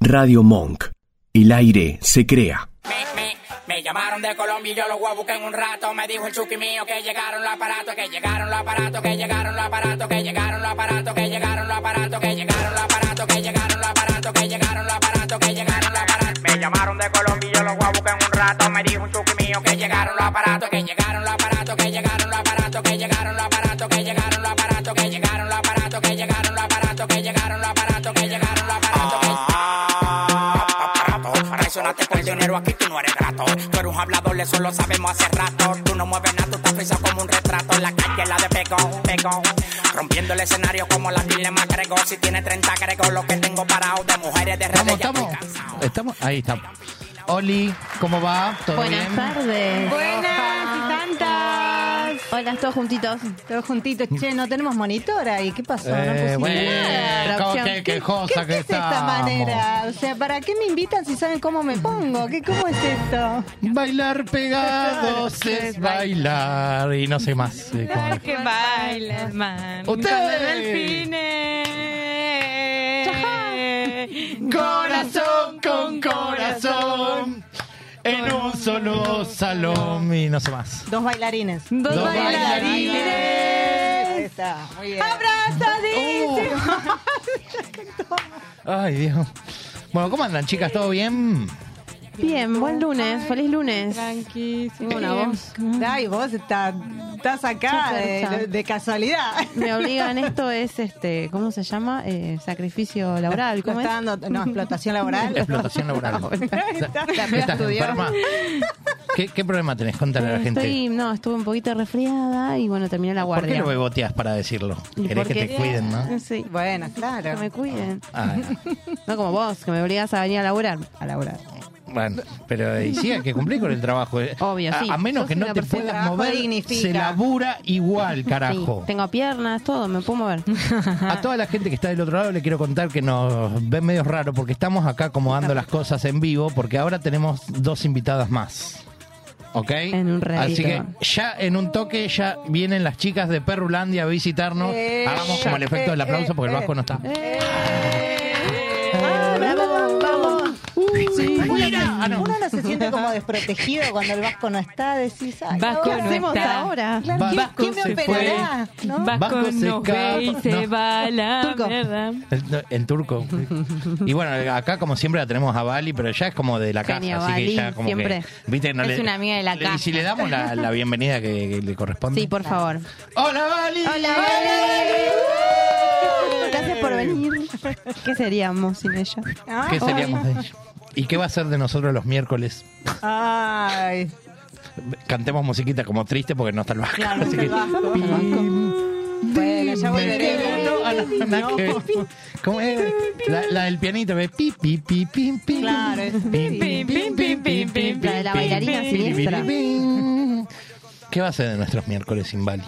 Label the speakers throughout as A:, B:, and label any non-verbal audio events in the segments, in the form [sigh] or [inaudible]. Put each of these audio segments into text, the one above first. A: Radio Monk. El aire se crea.
B: Me, me, me llamaron de Colombia y yo los voy a buscar en un rato. Me dijo el chuki mío que llegaron los aparatos, que llegaron los aparatos, que llegaron los aparatos, que llegaron los aparatos, que llegaron los aparatos, que llegaron los aparatos, que llegaron los aparatos, que llegaron los aparatos, que llegaron los aparatos. Me llamaron de Colombia y yo los voy a buscar en un rato. Me dijo un chuki mío que llegaron los aparatos, que llegaron los aparatos, que llegaron los aparatos, que llegaron los aparatos, que llegaron los aparatos, que llegaron los aparatos, que llegaron los aparatos, que llegaron los aparatos, que llegaron los aparatos. que- Ah, aparato. Traicionaste por dinero, aquí tú no eres grato. Tú eres un hablador, eso lo sabemos hace rato. Tú no mueves nada, tú estás friso como un retrato. La calle la de pegón, pegón. Rompiendo el escenario como la dilema Gregor. Si tiene 30 Gregor, lo que tengo parado de mujeres de redes
C: Estamos,
B: ya estoy
C: estamos,
B: cansado.
C: estamos, ahí estamos. Oli, ¿cómo va? ¿Todo
D: Buenas
C: bien?
D: tardes.
E: Buenas y tantas.
D: Hola, todos juntitos.
E: Todos juntitos. Che, no tenemos monitor ahí. ¿Qué pasó? No
C: Eh,
E: pusiste
C: bueno,
E: nada.
C: ¿cómo
E: Opción.
C: qué quejosa
E: qué
C: que
E: es esta
C: estamos?
E: manera? O sea, ¿para qué me invitan si saben cómo me pongo? ¿Qué, ¿Cómo es esto?
C: Bailar pegados es bailar y no sé más. eh, cómo era.
F: Que bailas, man.
C: Usted.
F: Cuando en el cine.
E: Eh,
C: Corazón con corazón en un solo salón y no sé más.
E: Dos bailarines.
F: Dos
C: Dos
F: bailarines.
E: Ahí está. Muy bien.
F: Abrazadísimos.
C: Uh. [laughs] Ay, Dios. Bueno, ¿cómo andan, chicas? ¿Todo bien?
D: Bien, buen lunes. Feliz lunes.
F: Tranqui, sí.
D: Tengo una voz.
E: Ay, vos está- estás acá de, de casualidad. [laughs]
D: Me obligan, esto es, este, ¿cómo se llama? Eh, sacrificio laboral.
E: No
D: ¿Cómo es?
E: está dando, no,
D: [laughs]
E: explotación laboral.
C: Explotación laboral.
E: Está-
C: ¿Estás enferma? ¿Qué, qué problema tenés? Contale a la gente.
D: Estoy, no, estuve un poquito resfriada y bueno, terminé la
C: ¿Por qué
D: guardia.
C: lo beboteas para decirlo?
D: Y
C: Querés que
D: porque-
C: te cuiden, ¿no?
D: Sí,
E: Bueno, claro.
D: que me cuiden.
C: Ah,
D: [laughs] No como vos, que me obligas a venir a laburar.
E: A laburar.
C: bueno, pero eh, sí, hay que cumplir con el trabajo. eh.
D: Obvio,
C: A-
D: sí.
C: A, menos
D: Sos
C: que no
D: una
C: te
D: persona-
C: puedas
E: Trabajo
C: mover,
E: dignifica.
C: se labura igual,
D: Sí,
C: carajo.
D: tengo piernas, todo, me puedo
C: [laughs]
D: mover.
C: A toda la gente que está del otro lado le quiero contar que nos ven medio raro porque estamos acá acomodando las cosas en vivo porque ahora tenemos dos invitadas más. ¿Ok?
D: En un ratito.
C: Así que ya en un toque ya vienen las chicas de Perrulandia a visitarnos.
E: Eh,
C: Hagamos como el efecto del
E: eh,
C: aplauso porque el
E: eh,
C: vasco no está.
D: Ah, bravo, bravo. Sí.
C: Ah, no.
E: Uno no se siente como desprotegido cuando el vasco no está, decís, ay,
F: Vasco
D: ¿Qué
E: ahora-
F: no
D: hacemos
F: está.
D: ahora?
E: Claro, ¿quién-
C: Vasco
E: ¿Quién me
C: se
E: operará? ¿No?
C: Vasco
F: Vasco
C: se
F: nos ve y
C: escapa.
F: se
C: No.
F: va a la
E: Turco.
F: mierda.
C: En, en turco. Y bueno, acá como siempre la tenemos a Bali, pero ya es como de la casa,
D: Genio,
C: así que
D: Bali,
C: ya como
D: siempre.
C: que... ¿viste? No
F: Es
C: le-
F: una amiga de la
C: le- Y
F: casa.
C: si le damos la, la bienvenida que, que le corresponde.
D: Sí, por favor.
C: ¡Hola, Bali!
D: Vale. Gracias por venir. ¿Qué seríamos sin ella?
E: Ah,
C: ¿Qué seríamos de ella? ¿Y qué va a ser de nosotros los miércoles?
E: Ay,
C: Cantemos musiquita como triste porque no está el vasco.
E: claro,
C: así que-
E: el vasco. el vasco. Bueno, ya volveremos.
C: No, no, nada que ver. ¿Cómo es? La, la del pianito, ve, pi, pi, pi, pim, pim.
E: Claro, es-
C: Pim, pim, pim, pim, pim, pim,
D: La de la
C: pim,
D: bailarina
C: pim,
D: siniestra.
C: pim, pim, pim. ¿Qué va a ser de nuestros miércoles sin Bali?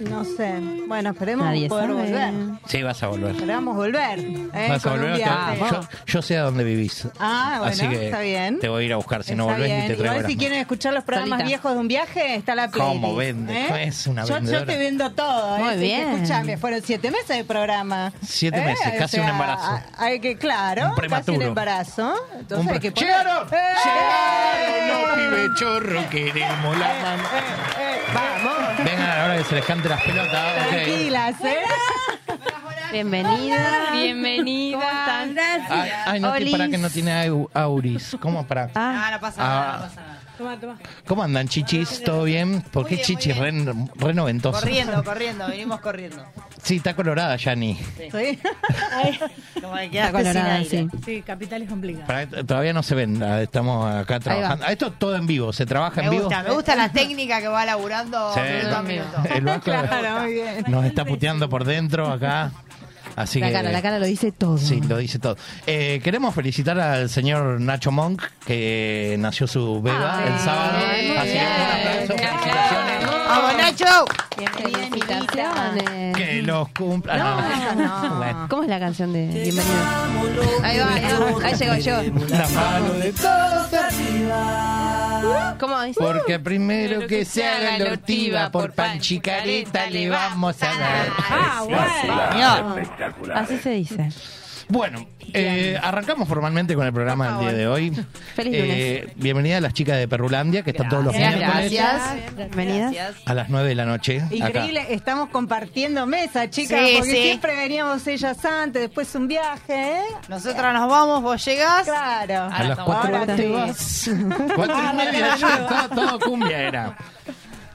E: No sé. Bueno, esperemos
D: Nadie
E: poder
D: sabe.
E: volver.
C: Sí, vas a volver.
E: Esperamos volver. ¿eh?
C: Vas a
E: Con un
C: volver.
E: viaje.
C: te- Yo, yo sé a dónde vivís.
E: Ah, bueno,
C: Así que
E: está bien.
C: Te voy a ir a buscar si no
E: Está
C: volvés
E: bien.
C: ni te traigo
E: Igual
C: las
E: si quieren escuchar los programas
D: Solita.
E: viejos de un viaje, está la playlist.
C: ¿Cómo vende? Es una
E: yo, yo
C: vendedora.
E: te vendo todo. ¿eh?
D: Muy
E: Así que
D: bien.
E: Escuchame, fueron siete meses de programa.
C: Siete meses, casi un embarazo.
E: a- Hay que, claro,
C: Un
E: casi
C: prematuro.
E: un embarazo. Entonces
C: Un
E: hay
C: pre-
E: que poner-
C: ¡Llegaron!
E: ¡Eh!
C: ¡Llegaron los pibes chorros! Queremos la
E: Eh,
C: mamá.
E: eh, vamos.
C: Vengan a la hora que se les cante las pelotas. ok.
E: Tranquilas, ¿eh?
D: Bienvenida.
F: Bienvenida.
D: ¿Cómo están?
C: Ay, Ah, ay, no,
D: Olis.
C: que para que no tiene au- auris. ¿Cómo para?
D: Ah,
C: Ah. ¿Cómo andan, chichis? ¿Todo bien? ¿Por qué chichis re, re noventosa?
G: [laughs] Corriendo, corriendo, venimos corriendo.
C: Sí, está colorada, Yani.
E: Sí.
G: Como que
D: está
G: quedaste sin
D: colorada,
G: aire.
D: sí.
H: Sí, capital es complicado.
C: Pará, t- Todavía no se ven, ah, estamos acá trabajando. Ah, Esto es todo en vivo, se trabaja
G: Me
C: en vivo.
G: gusta, me gusta la técnica que va laburando
C: Sí,
G: minuto a minuto.
C: el, el Vasco
E: Claro, muy bien.
C: nos está puteando por dentro acá. Así
D: La
C: que,
D: cara, la cara lo dice todo.
C: Sí, lo dice todo. Eh, queremos felicitar al señor Nacho Monk, que nació su beba el sábado.
D: Ah, muy
C: Así que
D: bien.
C: un aplauso.
D: Gracias.
C: felicitaciones. Ah,
E: Ah,
G: ¡Vamos, Nacho!
D: Felicitaciones.
C: Que los cumpla. No, Bueno.
D: ¿Cómo es la canción de Bienvenido?
G: Ahí va, ahí va. Ahí llegó yo.
C: La mano de todos arriba.
D: ¿Cómo dice?
C: Porque primero que se haga la ortiva por panchicareta le vamos a dar.
F: Ah, bueno.
G: Señor.
D: Así se dice.
C: Bueno, eh, arrancamos formalmente con el programa del día de hoy. Eh,
D: Feliz
C: bienvenida a las chicas de Perrulandia, que están todos los
G: Gracias.
C: miércoles
G: Gracias.
D: Bienvenidas.
C: a las 9 de la noche. acá.
E: Increíble, estamos compartiendo mesa, chicas,
G: Sí,
E: porque
G: sí.
E: siempre veníamos ellas antes, después un viaje, ¿eh?
G: Nosotras nos vamos, vos llegás.
E: Claro.
D: Ah,
C: A las
G: estamos-
C: 4
E: ahora
C: te
E: sí.
C: vas. 4 y media, yo estaba [laughs] todo cumbia era.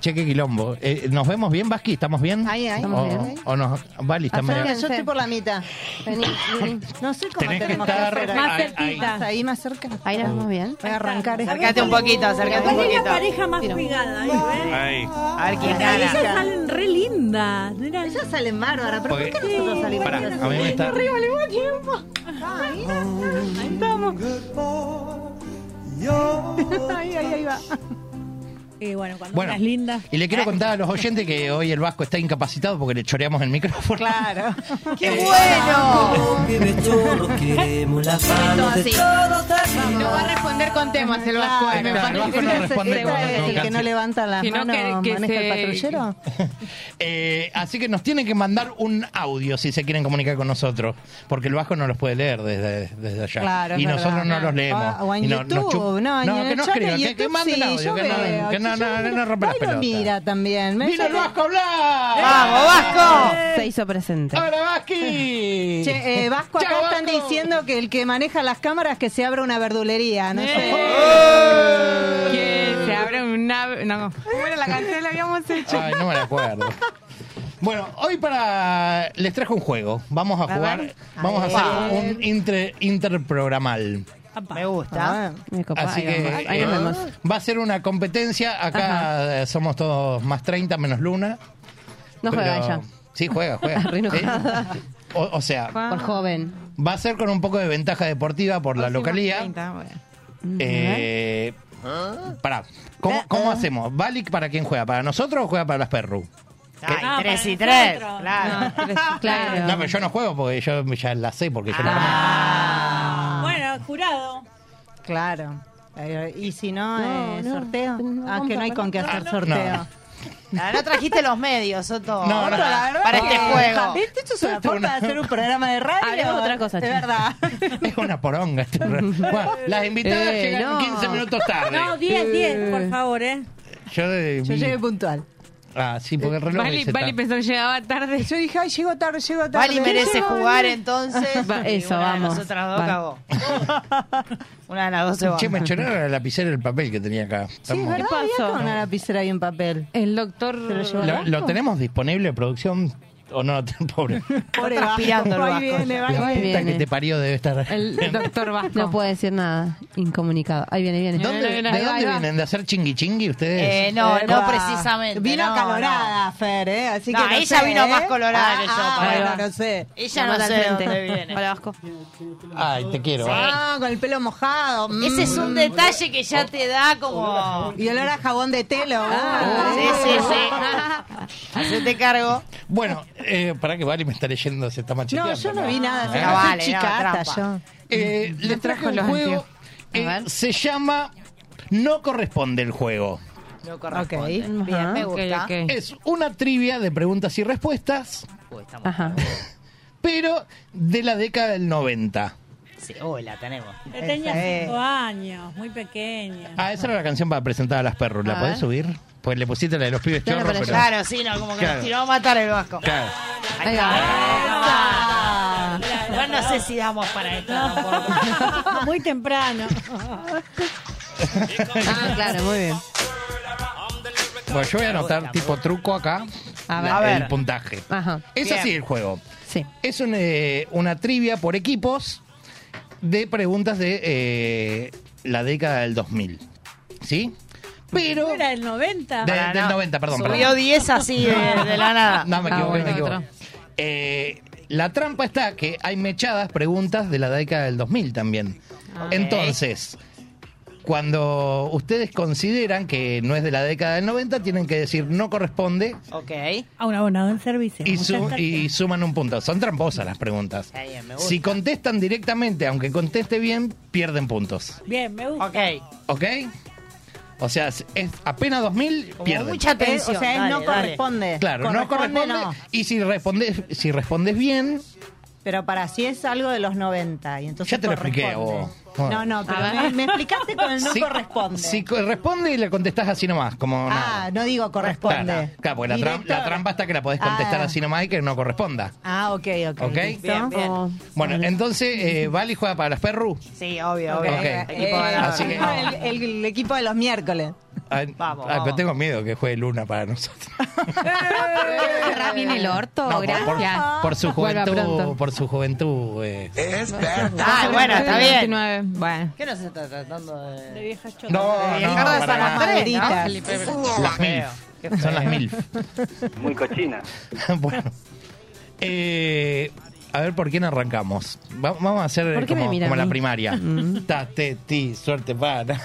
C: Che, qué quilombo. Eh, ¿Nos vemos bien, Vasqui? ¿Estamos bien?
E: Ahí, ahí.
C: O,
E: Estamos bien.
C: o nos... Vali, está medio-
E: Acérquense. yo estoy por la mitad. Vení, vení. No sé cómo
C: Tenés que
E: tenemos
C: estar
F: Más
E: hacer ahí.
C: ahí, ahí.
F: cerquita.
E: Más ahí, más cerca. Voy
D: Ahí nos vemos bien.
E: a arrancar esto.
G: Acércate un poquito, acércate un
F: ¿Cuál es la
G: poquito.
F: pareja más pegada? ¿eh?
H: Ahí.
G: A ver quién
F: Ellas
G: gana.
F: salen re lindas. mirá.
E: Ellas salen bárbaras, pero ¿por qué
C: Porque-
E: nosotros salimos?
C: Pará, a mí me está...
E: Arriba, al mismo tiempo. Ahí estamos. Ahí, ahí, ahí va.
F: Y Eh, bueno, cuando
C: Bueno,
F: unas lindas.
C: y le quiero contar a los oyentes que hoy el Vasco está incapacitado porque le choreamos el micrófono.
E: Claro.
G: ¡Qué bueno!
D: así.
G: No va a responder con temas el vasco. eh, me
C: Claro,
G: parece.
C: el vasco no responde
E: ¿Ese
C: con
E: es el que no
C: educación.
E: levanta las
F: Si no,
E: manos
F: que- que
E: maneja el
F: se-
E: patrullero?
C: [laughs] Eh, así que nos tienen que mandar un audio si se quieren comunicar con nosotros, porque el Vasco no los puede leer desde, desde allá.
E: Claro, es
C: y nosotros
E: verdad. Ah,
C: no los leemos.
E: O, o en
C: y no,
E: YouTube,
C: nos chup-
E: no, en
C: no,
E: el
C: que no
E: chat de
C: escriban, que, que
E: YouTube,
C: manden
E: sí,
C: audio,
E: yo
C: que no,
E: veo,
C: que no,
E: yo
C: no,
E: miro.
C: no rompa las
E: Ahí lo
C: pelotas.
E: mira también. ¿ves?
C: ¡Vino el Vasco a hablar!
G: ¡Vamos, Vasco!
D: Se hizo presente.
C: ¡Ahora Vasqui!
E: Che, eh, Vasco, acá
C: Chao,
E: están
C: Vasco.
E: diciendo que el que maneja las cámaras que se abra una verdulería, no sé.
F: Que se abre una. No. Bueno, la canción la habíamos hecho.
C: [laughs] Ay, no me la acuerdo. Bueno, hoy para les trajo un juego. Vamos a, jugar, vamos a hacer un inter- interprogramal.
G: Me gusta.
E: Ah,
D: Me copa.
C: Así
D: Ahí,
C: que
D: vamos. Ahí nos
C: eh,
D: vemos.
C: va a ser una competencia. Acá eh, somos todos más 30 menos Luna.
D: No
C: pero-
D: juega ella.
C: Sí, juega, juega.
D: Está [laughs] re enojada.
C: Sí. O, o sea,
D: Por joven.
C: va a ser con un poco de ventaja deportiva por la localía. Eh, pará,
D: Ah,
C: ¿cómo, cómo hacemos? ¿Valic para quién juega? ¿Para nosotros o juega para las perru?
G: Ay,
F: Ah,
G: tres
F: para
G: y tres.
F: nosotros.
G: Claro.
F: No, tres y-
D: [laughs] Claro.
C: No, pero yo no juego porque yo ya la sé, porque yo la
D: Ah,
F: Bueno, jurado.
E: claro. Eh, Y si no,
D: No,
E: eh,
D: no.
E: sorteo.
D: No,
E: ah, que no hay con qué hacer sorteo.
G: No, no trajiste los medios, Soto.
C: No, no.
E: Otro, la verdad
G: Para
E: que-
G: este juego.
E: Esto Eh, esto es una forma de hacer un programa de radio.
D: Hablemos de otra cosa,
E: De
D: che.
E: verdad.
C: Es una poronga. este programa. Bueno, las invitadas
D: Eh,
C: llegaron
D: no.
C: 15 minutos tarde.
F: No, 10, 10, por favor, ¿eh?
C: Yo, de-
E: Yo llegué puntual.
C: Ah, sí, porque el reloj
F: Vali,
C: dice
F: Vali
C: ta-
F: pensó que llegaba tarde.
E: Yo dije, ay, llego tarde, llego tarde.
G: Vali merece
E: Llego-
G: jugar entonces.
D: Va,
G: Y
D: eso,
G: una de
D: vamos.
G: Nosotras dos
D: Va.
G: cagó. [laughs] Una de las dos se va.
C: Che, me choraron la lapicera el papel que tenía acá.
E: Sí, es
C: Estamos-
E: verdad,
F: pasó?
E: había con una lapicera y un papel.
F: El doctor.
C: ¿Lo, lo tenemos disponible en producción o no? [laughs] Pobre.
E: Pobre
G: Está transpirando
E: Vasco.
G: el
E: Ahí
G: Vasco.
E: viene,
C: La
E: ahí
D: Ahí
E: viene.
C: puta que
D: viene.
C: te parió debe estar.
F: [laughs] El doctor Vasco.
D: No puede decir nada. Incomunicado. Ahí viene, viene.
C: ¿Dónde-
F: Ahí
C: ¿De
F: va,
C: dónde
F: ahí va.
C: vienen? ¿De hacer chingui chingui ustedes?
G: Eh, no,
E: Eh,
G: no
E: va.
G: precisamente.
E: Vino
G: no,
E: colorada, Fer, ¿eh? Así
G: No,
E: que no
G: ella
E: sé,
G: vino
E: ¿eh?
G: más colorada
E: Ah,
G: que yo,
E: ah,
G: para
E: bueno,
G: acá.
E: no sé.
G: no. Ella no
D: Vamos
G: sé
D: al
G: de
D: frente.
G: dónde viene.
D: Hola, Vasco.
C: Ay, te quiero.
E: Ah, con el pelo mojado. mm.
G: Ese es un detalle que ya te da como.
E: Y olor a jabón de telo.
G: Ah, Sí,
E: ¿eh?
G: sí, sí. [laughs] Hacete cargo.
C: Bueno, eh, para que Vali me está leyendo, se está macheteando.
E: No, yo no vi nada.
C: Ah,
E: yo soy
G: vale, no,
E: chicata
G: trampa.
E: yo.
C: Eh, les traje un juego. eh,
D: ver.
C: se llama No corresponde el juego.
G: No corresponde.
E: Ok.
G: Bien, me
D: Ajá.
G: gusta.
C: Es una trivia de preguntas y respuestas,
G: Uy, Uh, estamos-
D: Ajá.
C: pero de la década del 90.
G: Sí, uy, la tenemos.
F: Yo tenía
E: Ese.
F: 5 años, muy pequeña.
C: Ah, esa era la canción para presentar a las perros. ¿La
D: A
C: podés
D: ver.
C: subir? Pues le pusiste la de los pibes
D: Dale
C: chorros,
D: para
C: pero...
G: Claro, sí, no, como que
C: Claro.
G: nos tiró a matar el vasco.
C: Claro.
D: Ahí va.
G: Igual no sé si damos para esto tampoco.
F: [laughs] muy temprano.
D: Ah, claro, muy bien.
C: Bueno, Pues yo voy a anotar tipo truco acá
D: A ver.
G: A ver.
C: el puntaje.
D: Ajá.
C: Es
G: Bien.
C: así el juego.
D: Sí.
C: Es un, eh, una trivia por equipos de preguntas de eh, la década del 2000. ¿Sí? Pero...
F: Era el 90.
C: De-
G: Para,
C: del
G: no.
C: 90, perdón.
G: Subió
C: perdón.
G: 10 así de, de la nada.
C: No, me
D: Ah,
C: equivoqué,
D: bueno,
C: me equivoqué.
D: otro.
C: Eh, la trampa está que hay mechadas preguntas de la década del 2000 también. Entonces, cuando ustedes consideran que no es de la década del 90, tienen que decir no corresponde
G: Ok. Está
F: A un abonado en servicio.
C: y, su- y suman un punto. Son tramposas las preguntas.
G: bien, me gusta.
C: Si contestan directamente, aunque conteste bien, pierden puntos.
F: Bien, me gusta.
G: Ok.
C: ¿Ok? O sea, es es apenas 2000,
G: Como
C: pierden.
G: mucha
E: Eh, o
G: tensión.
E: sea, él
G: Dale,
E: no
G: dale.
E: corresponde.
C: Claro, no corresponde.
E: no.
C: Y si respondes, si respondes bien,
E: Pero para si es algo de los 90 y entonces
C: Ya te lo expliqué,
E: corresponde.
C: vos. Bueno.
E: No, no, pero
F: A ver.
E: me, me explicaste con el no
C: Si-
E: corresponde.
C: Si corresponde, le contestás así nomás, como
E: ah,
C: nada.
E: no digo corresponde.
C: Claro, claro, porque la, tram-
E: Director.
C: la trampa está que la podés contestar
E: Ah.
C: así nomás y que no corresponda.
E: Ah, ok, ok.
C: Ok.
E: listo.
D: Bien, bien.
C: Bueno, entonces, eh, Vali juega para las perru.
E: Sí, obvio,
C: Ok.
E: obvio.
C: Equipo ganador. Así que-
E: Eh, el, el- el equipo de los miércoles.
C: Ay,
E: Vamos,
C: ay, Ah, pero
E: vamos.
C: tengo miedo que juegue Luna para nosotros.
F: Cerrar bien el
E: Oh,
F: orto,
C: No, por- por,
F: gracias.
C: por su
F: Vuelva
C: juventud,
F: pronto.
C: por su juventud. eh.
E: Ah, bueno, está bien.
F: 29, Bueno.
E: ¿Qué nos está tratando de.?
C: No, no,
E: Ricardo de
C: para
E: San
C: nada.
E: Andrés, ¿no?
C: Las MILF. Son las MILF.
H: [laughs] Muy cochina.
C: [laughs] bueno. Eh, a ver por quién arrancamos. Va- vamos a hacer
D: ¿Por qué
C: como,
D: me mira a
C: como la
D: mí?
C: primaria. Ta, te, ti, suerte [laughs] para.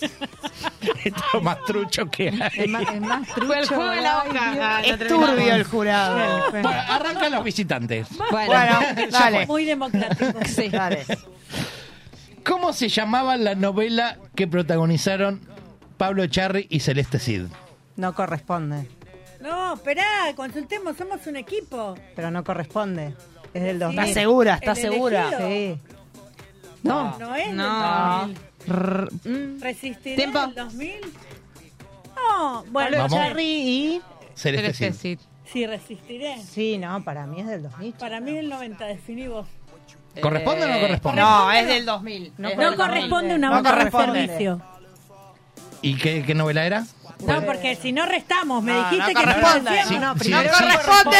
C: Esto es lo más trucho que hay.
D: Es más, es más trucho.
F: Fue el juego de la hoja. Ah, lo
G: Es
F: terminamos.
G: turbio el jurado.
F: Fue-
C: Bueno, arrancan los visitantes.
F: Bueno,
G: Bueno, dale.
I: Muy democrático.
F: sí.
E: Dale.
C: ¿Cómo se llamaba la novela que protagonizaron Pablo Charri y Celeste Cid?
E: No corresponde.
I: No, esperá, consultemos, somos un equipo.
E: Pero no corresponde. Es del 2000.
I: ¿Estás
E: segura?
I: ¿Estás ¿El segura? elegido?
E: Sí.
D: No.
I: No es del
F: No.
I: 2000.
F: Mm.
I: ¿Resistiré
F: Tiempo.
I: el 2000? No, bueno,
C: Vamos.
E: Charry y.
F: Pero
C: Celeste
F: este
C: Cid.
F: sí.
I: sí, resistiré.
E: Sí, no, para mí es del 2000.
I: Para mí el 90, definí vos.
C: ¿Corresponde o no corresponde?
G: No, es del 2000.
E: No
G: Es del
I: No
E: Bueno,
G: 2000.
I: corresponde una
E: no
I: boca de
E: corresponde.
I: servicio.
C: ¿Y qué, qué novela era?
I: No, porque si no restamos, me
E: No,
I: dijiste
E: no
I: que
E: corresponde.
I: restamos.
C: Sí,
E: no,
C: sí,
E: primero
C: sí.
E: no corresponde.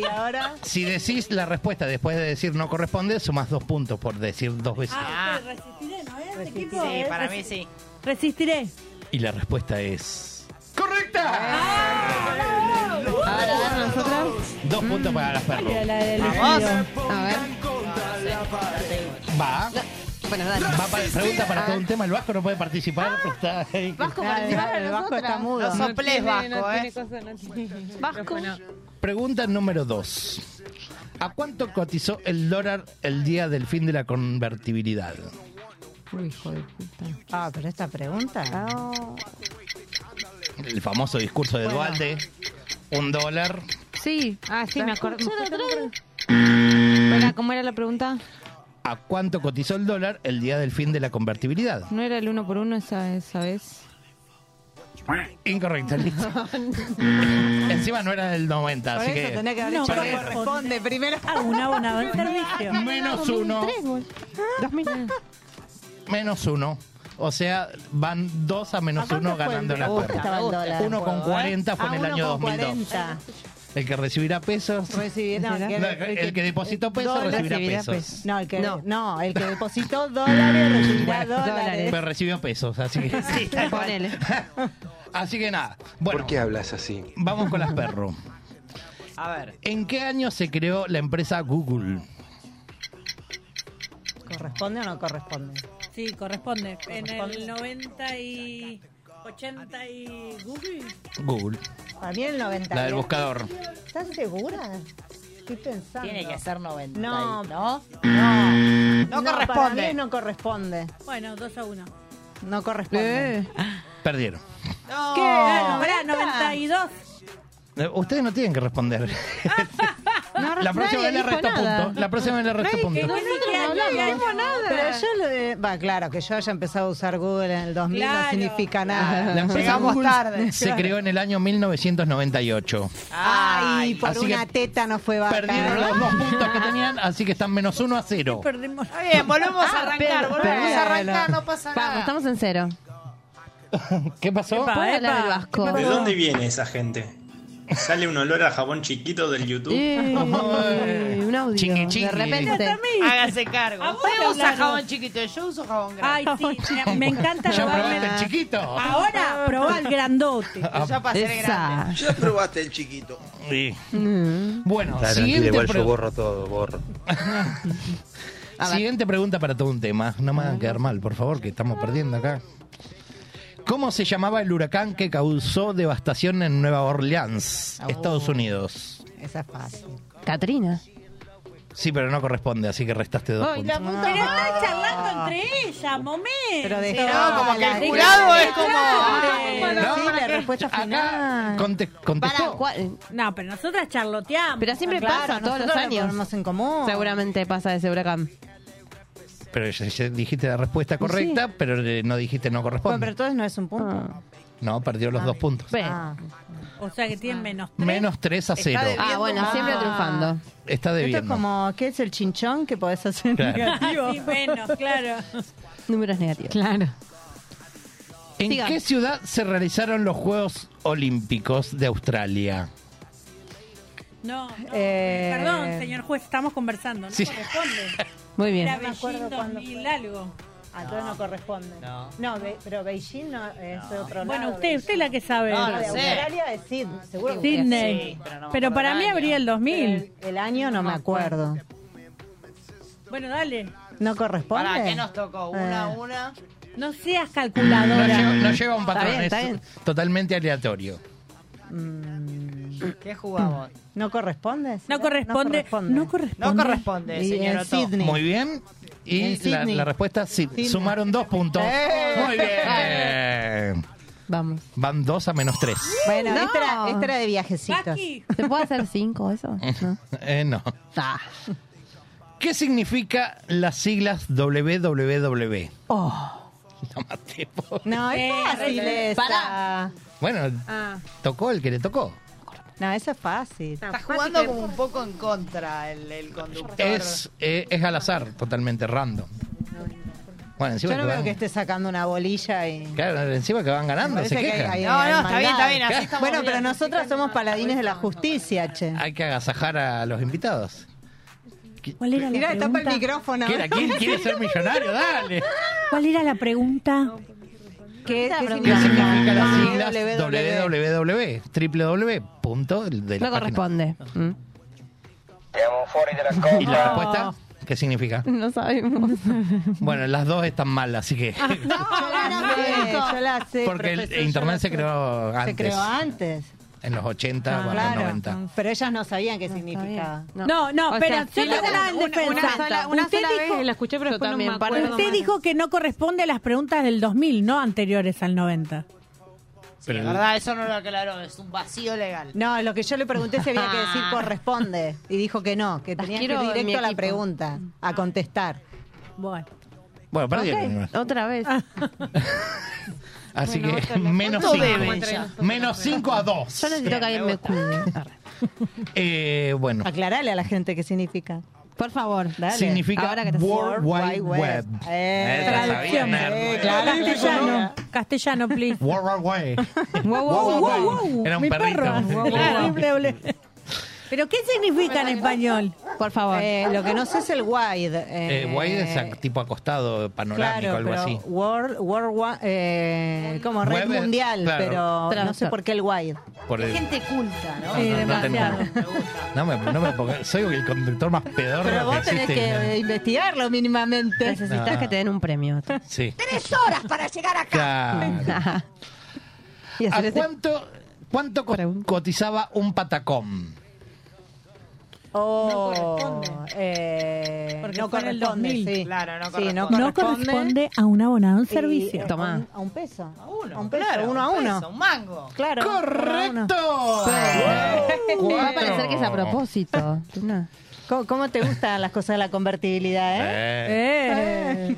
E: Y ahora.
C: Si decís la respuesta después de decir no corresponde, sumás dos puntos por decir dos veces.
I: Ah, ok, resistiré, ¿no es? Equipo,
G: Sí,
I: eh,
G: para
I: resi-
G: mí sí.
I: Resistiré.
C: Y la respuesta es. ¡Correcta!
D: Ahora, a ver, nosotros. Mm.
C: Dos puntos para las perros.
I: La del
D: A ver.
C: Va.
D: Bueno, dale.
C: Va para pregunta para todo un tema. El Vasco no puede participar. pero está ahí.
D: Ah. Vasco,
E: participá con
D: el Vasco
E: nosotras.
D: está mudo.
G: No soplés, Vasco, ¿eh?
F: [laughs]
D: Vasco.
C: Pregunta número dos. ¿A cuánto cotizó el dólar el día del fin de la convertibilidad?
D: Uy, hijo de puta.
E: Ah, pero esta pregunta.
C: El famoso discurso de Duarte. Un dólar.
D: Sí, ah, sí, me acuerdo. Espera, ¿cómo era la pregunta?
C: ¿A cuánto cotizó el dólar el día del fin de la convertibilidad?
D: ¿No era el uno por uno esa, esa vez?
C: [laughs] Incorrecto, listo. Encima no era del 90,
E: Por
C: así
E: eso
C: que
E: tenés que haber
I: No
E: dicho que
I: corresponde.
E: corresponde primero.
I: Ah, un abonado en servicio.
C: menos uno.
D: 2000.
C: Menos uno. O sea, van dos a menos uno ganando la cuerda.
E: Estaba el dólar.
C: Uno con 40 fue en el
E: Ah, uno
C: año
E: con
C: 2002.
E: 40.
C: El que recibirá pesos.
E: Recibirá-
D: No,
C: no, el que depositó pesos
E: dólar-
C: recibirá
D: recibirá
C: pesos.
D: pesos.
E: No, el que,
D: No.
E: no. el que
C: [laughs]
E: depositó dólares recibirá
C: Bueno,
E: dólares.
C: Pero recibió pesos, así que.
D: Ponele.
C: [laughs] así que nada. Bueno,
H: hablas así?
C: vamos con las perros.
G: A ver.
C: ¿En qué año se creó la empresa Google?
E: ¿Corresponde o no corresponde?
I: Sí, corresponde. En el 90 y 80 y Google.
C: Google,
E: Para mí el 90.
C: la del buscador.
E: ¿Estás segura? Estoy pensando.
G: Tiene que ser 90.
E: No.
G: No, ¿no?
E: No,
G: No
E: Para
G: corresponde.
E: mí no corresponde.
I: Bueno, 2 a 1.
E: No corresponde.
C: Perdieron.
G: No.
I: ¿Qué? Ah, no, pará, 92.
C: Eh, Ustedes no tienen que responder. la próxima vez le
D: dijo
C: resto
D: nada.
C: punto. La próxima vez le resto punto.
I: no, no,
E: Pero yo lo de- Va, claro, que yo haya empezado a usar Google en el 2000 no
I: Claro.
E: significa nada.
C: La empresa
E: Llegamos
C: Google
E: tarde.
C: Se creó en el año 1998.
E: Ay, por
C: Así
E: una
C: que
E: teta no fue vaca.
C: Perdieron los dos puntos que tenían, así que están menos uno a cero.
I: Perdimos.
G: Está bien, volvemos
I: Ah,
G: a arrancar, volvemos a arrancar, no pasa
D: Vamos,
G: nada.
D: estamos en cero.
C: ¿Qué pasó?
I: Epa.
D: ¿Puedo hablar del Vasco?
J: ¿De dónde viene esa gente? Sale un olor a jabón chiquito del
D: Eh.
J: YouTube.
D: Ey, [laughs] un audio.
C: Chingui, chingui.
D: De repente.
I: A mí.
G: Hágase cargo.
I: ¿A vos
G: Usted
I: te
G: usa
I: hablaron?
G: jabón chiquito, yo uso jabón grande.
I: Ay,
D: [laughs]
I: sí, me- me encanta
C: ¿Ya
I: robarme.
C: probaste el chiquito?
I: Ahora probá el
D: [laughs]
I: grandote.
G: Yo ya pasé de grande.
D: Esa.
K: Ya probaste el chiquito.
C: Sí. Bueno,
H: Tranquilo,
C: siguiente,
H: igual
C: pre-
H: yo borro todo,
C: [laughs]
H: borro.
D: A ver.
C: siguiente pregunta para todo un tema. No me hagan quedar mal, por favor, que estamos perdiendo acá. ¿Cómo se llamaba el huracán que causó devastación en Nueva Orleans, Estados Unidos?
E: Esa es fácil.
D: Catrina.
C: Sí, pero no corresponde, así que restaste dos puntos.
I: Pero están charlando entre ellos. cosa, momento.
E: Pero de-
G: No, como que
E: Dejala,
G: el jurado
I: dejala.
G: es como.
I: Ay,
E: No,
C: No,
E: la
C: ¿para qué?
E: respuesta
C: Acá
E: final.
C: conte-
D: Para,
C: contestó.
D: ¿cuál?
I: No, pero nosotras charloteamos.
D: Pero siempre
E: Claro,
D: pasa, todos los
E: nosotros lo
D: años.
E: ponemos en común.
D: Seguramente pasa ese huracán.
C: Pero ya- ya dijiste la respuesta correcta, pero eh, no dijiste no
E: Bueno,
C: corresponde.
E: pero entonces no es un punto.
D: Ah,
C: No, perdió los dos puntos.
D: ve.
E: Ah.
I: O sea que tienen menos tres.
C: Menos 3 a 0.
G: de-
D: Ah, bueno,
G: Ah.
D: siempre triunfando.
C: Está
E: Esto es
C: debiendo.
E: como, ¿qué es el chinchón que podés hacer? [laughs]
C: Claro.
I: Ah, sí, menos, claro.
D: Números negativos.
G: Claro.
C: ¿En
D: Siga.
C: qué ciudad se realizaron los Juegos Olímpicos de Australia?
I: No, no,
E: Eh,
I: perdón, señor juez, estamos conversando, no
C: Sí.
I: corresponde.
D: Muy bien.
I: Era
E: No me acuerdo
I: Beijing
E: cuándo
I: 2000
E: fue.
I: algo.
E: Ah, entonces no corresponde. No, Be- pero Beijing no es de otro
I: Bueno,
E: lado.
I: usted, usted es la que sabe.
G: No,
E: No,
G: no
E: de
G: sé.
E: Australia es Sid, seguro. que
I: Sydney.
G: Sí,
I: pero
G: pero no me acuerdo
I: para
G: el
I: mí
G: año.
I: habría el
E: fue.
I: 2000.
E: El, el año no me acuerdo.
I: Bueno, dale.
E: ¿No corresponde?
G: ¿Para qué nos tocó? Una,
E: Eh.
G: una.
I: No seas
C: No
I: calculadora.
C: lleva, no lleva un patrón,
D: bien, está
C: es
D: bien.
C: totalmente aleatorio.
G: ¿Qué jugamos?
E: ¿No corresponde? ¿Sí?
I: No corresponde. No corresponde.
G: No corresponde,
E: Y
G: señor
E: en
G: Otto.
E: Sydney.
C: Muy bien. Y
E: En
C: la,
E: Sydney.
C: la respuesta sí.
E: Sydney.
C: Sumaron dos puntos.
E: ¡Eh!
C: Muy bien.
D: Vamos.
C: Van dos a menos tres.
E: Bueno,
D: No.
E: esta, era, esta era de viajecitos.
I: Paqui,
D: ¿Se puede hacer cinco eso? No.
C: Eh, no.
E: Ah.
C: ¿Qué significa las siglas WWW?
E: Oh.
C: [laughs] No más tiempo.
E: No, es
I: Eh,
E: fácil
I: re-
E: esa.
C: Bueno,
E: Ah.
C: tocó el que le tocó.
E: No, esa es fácil.
G: Está jugando como un poco en contra el, el conductor.
C: Es, eh, es al azar, totalmente random. Bueno, encima
E: Yo
C: que
E: no
C: van-
E: veo que esté sacando una bolilla y...
C: claro, encima que van ganando, se
E: Parece que hay-
C: quejan.
E: hay-
C: Hay,
G: No,
E: hay
G: no, está bien,
E: maldad.
G: está bien, así estamos
E: Bueno,
G: bien.
E: pero nosotras somos paladines de la justicia, che.
C: que agasajar a los invitados.
I: ¿Cuál era la
E: Mirá,
I: pregunta?
E: tapa el micrófono.
C: ¿Qué era?
E: [laughs]
C: ¿Quién quiere ser millonario? Dale.
I: ¿Cuál era la pregunta?
E: ¿Qué, qué
C: ¿Qué significa las
E: Ah,
C: siglas
E: www.
C: www? www. Punto de la
D: No
C: página.
D: corresponde. Mm.
C: ¿Y la respuesta? ¿Qué significa?
D: No sabemos.
C: Bueno, las dos están mal, así que...
E: Yo la sé, yo la sé,
C: [laughs] Porque el
E: Ah, profesor, yo la
C: internet se
E: sé.
C: creó antes.
E: Se creó antes. Ah,
C: En los 80 o
E: claro.
C: los 90.
E: Pero ellas no sabían qué significaba.
I: No, no, espera, yo tengo
D: la-
I: una en defensa.
D: Una, sola, una
I: Usted
D: sola
I: dijo-
D: vez la escuché, pero después
G: también,
D: no me
G: para-
D: acuerdo
I: Usted
D: más.
I: dijo que no corresponde a las preguntas del 2000, no anteriores al 90.
G: Sí, la verdad, eso no lo aclaró, es un vacío legal.
E: No, lo que yo le pregunté si había que decir corresponde. Y dijo que no, que
D: Ah. Las
E: tenía que ir
D: quiero en mi
E: directo a la
D: equipo.
E: pregunta, a contestar.
I: Bueno,
C: Bueno, perdieron.
D: Ok, Otra vez.
C: Así
D: Bueno,
C: que menos
G: ¿Cuánto
C: 5.
G: deben ya?
C: Menos 5 a 2.
D: Yo necesito que alguien me cuide. Arre.
C: Eh, bueno,
E: Aclarale a la gente qué significa.
D: Por favor, dale.
C: significa
D: Ahora que te
C: World Wide Web.
E: Eh,
C: Esa sabía,
I: traducción.
C: nerd.
E: Eh, claro.
I: Castellano, castellano, please.
C: World Wide Web.
E: [laughs]
D: Wow, wow, wow, wow.
C: Era un
I: mi
C: perrito.
I: perro.
C: Claro.
I: Doble, doble. Pero ¿qué significa en español?
D: Por favor.
E: Eh, lo que no sé es el wide.
C: Eh, wide es ac- tipo acostado, panorámico,
E: Claro,
C: algo
E: pero
C: así.
E: World, World, Wa- eh, como red
C: Web es-
E: mundial,
C: claro.
E: pero no sé
D: Traductor.
E: por qué el wide.
C: Por el-
G: Gente culta, ¿no?
C: no,
I: Sí,
C: no te
I: demasiado.
C: entiendo. No me, no me pongas- Soy el conductor más pedorro
E: Pero
C: que
E: vos tenés
C: existe.
E: que investigarlo mínimamente.
D: Necesitas
C: No.
D: que te den un premio.
C: Sí. Tres horas para llegar acá.
D: Y hacer
C: ¿A
D: este-
C: cuánto, cuánto co-
D: Pregunta.
C: cotizaba un patacón?
E: Oh,
I: corresponde.
E: eh,
I: Porque
E: no
I: fue en el
E: corresponde,
I: 2000.
E: sí.
G: Claro, no
E: Sí,
G: corresponde.
I: No corresponde a un abonado a un
E: Y, eh,
I: servicio.
D: Tomá.
E: A un, a un peso.
G: A uno,
E: A un peso,
G: claro,
E: uno a
G: un
E: uno.
G: peso, un mango.
E: Claro.
D: [laughs]
C: ¡Correcto!
D: Va a parecer que es a propósito. No.
E: ¿Cómo, cómo te gustan las cosas de la convertibilidad, eh?
C: Eh,
I: Eh.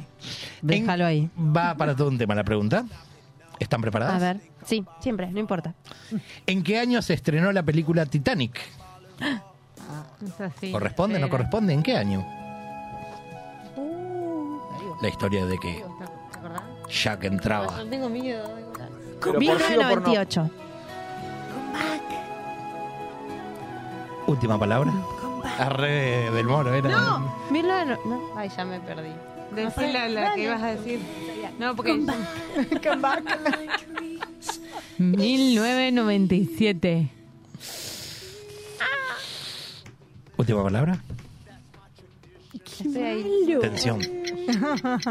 D: Déjalo ahí.
C: Va para todo un tema la pregunta. ¿Están preparadas?
D: A ver. Sí, siempre, no importa.
C: ¿En qué año se estrenó la película Titanic? ¿Corresponde? ¿No corresponde? ¿En qué año?
D: Uh,
C: La historia de que Jack entraba.
G: tengo miedo.
D: 1998.
C: Última palabra. Arre del moro era.
D: 1990 no.
G: Ay, ya me perdí.
F: Decí la, la que ibas a decir. No, porque. 1997.
C: Última palabra.
D: Estoy ahí.
C: Tensión.